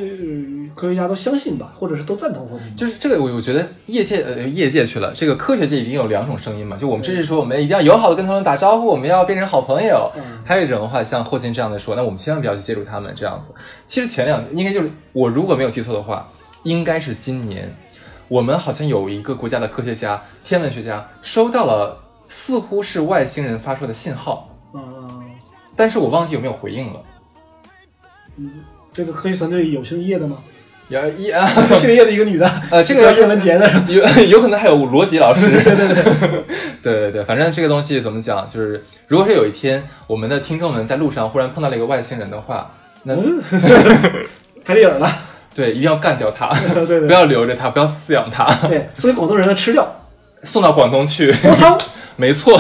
[SPEAKER 4] 科学家都相信吧，或者是都赞同霍金。
[SPEAKER 3] 就是这个，我我觉得业界呃业界去了，这个科学界已经有两种声音嘛，就我们之前说我们一定要友好的跟他们打招呼，我们要变成好朋友，
[SPEAKER 4] 嗯
[SPEAKER 3] 还有一种的话像霍金这样的说，那我们千万不要去接触他们这样子。其实前两应该就是我如果没有记错的话，应该是今年我们好像有一个国家的科学家、天文学家收到了似乎是外星人发出的信号，
[SPEAKER 4] 啊、
[SPEAKER 3] 但是我忘记有没有回应了。
[SPEAKER 4] 这个科学团队有姓叶的 吗？
[SPEAKER 3] 呀一啊，
[SPEAKER 4] 姓叶的一个女的，
[SPEAKER 3] 呃，这个
[SPEAKER 4] 叫叶文洁的是吧，
[SPEAKER 3] 有有可能还有罗辑老师， 对对对，对对对，反正这个东西怎么讲，就是如果是有一天我们的听众们在路上忽然碰到了一个外星人的话，那、
[SPEAKER 4] 拍电影了。
[SPEAKER 3] 对一定要干掉他，
[SPEAKER 4] 对对
[SPEAKER 3] 不要留着他，不要饲养他，
[SPEAKER 4] 对，所以广东人呢吃掉
[SPEAKER 3] 送到广东去，
[SPEAKER 4] 煲汤。
[SPEAKER 3] 没错。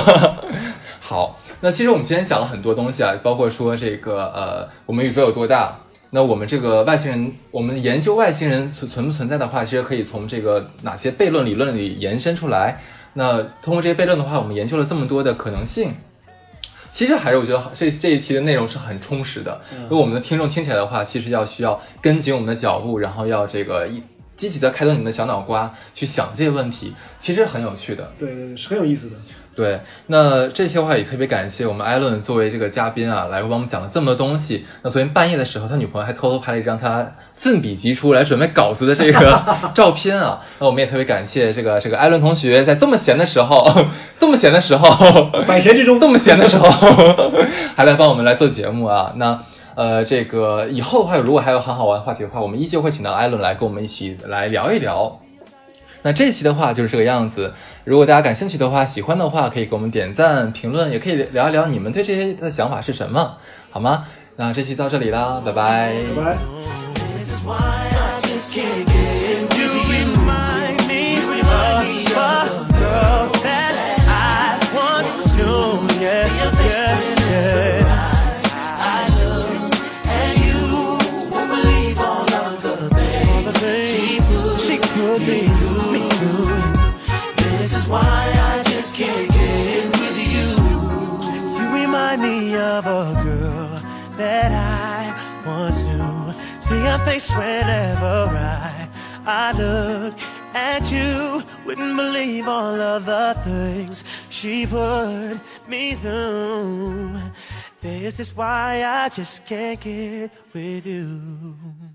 [SPEAKER 3] 好，那其实我们今天讲了很多东西啊，包括说这个呃，我们宇宙有多大。那我们这个外星人，我们研究外星人存存不存在的话，其实可以从这个哪些悖论理论里延伸出来。那通过这些悖论的话，我们研究了这么多的可能性。其实还是我觉得好这这一期的内容是很充实的。如果我们的听众听起来的话，其实要需要跟紧我们的脚步，然后要这个一积极的开动你们的小脑瓜去想这些问题，其实很有趣的。
[SPEAKER 4] 对对，对是很有意思的。
[SPEAKER 3] 对，那这些话也特别感谢我们艾伦作为这个嘉宾啊，来帮我们讲了这么多东西。那昨天半夜的时候，他女朋友还偷偷拍了一张他奋笔疾书来准备稿子的这个 照片啊。那我们也特别感谢这个这个艾伦同学，在这么闲的时候， 这么闲的时候，
[SPEAKER 4] 百闲之中
[SPEAKER 3] 这么闲的 时候， 还来帮我们来做节目啊。那呃，这个以后的话，如果还有很好玩的话题的话，我们依旧会请到艾伦来跟我们一起来聊一聊。那这一期的话就是这个样子。如果大家感兴趣的话，喜欢的话可以给我们点赞、评论，也可以聊一聊你们对这些的想法是什么，好吗？那这期到这里啦，拜拜。
[SPEAKER 4] 拜拜。
[SPEAKER 6] Of a girl that I once knew. See her face whenever I I look at you. Wouldn't believe all of the things she put me through. This is why I just can't get with you.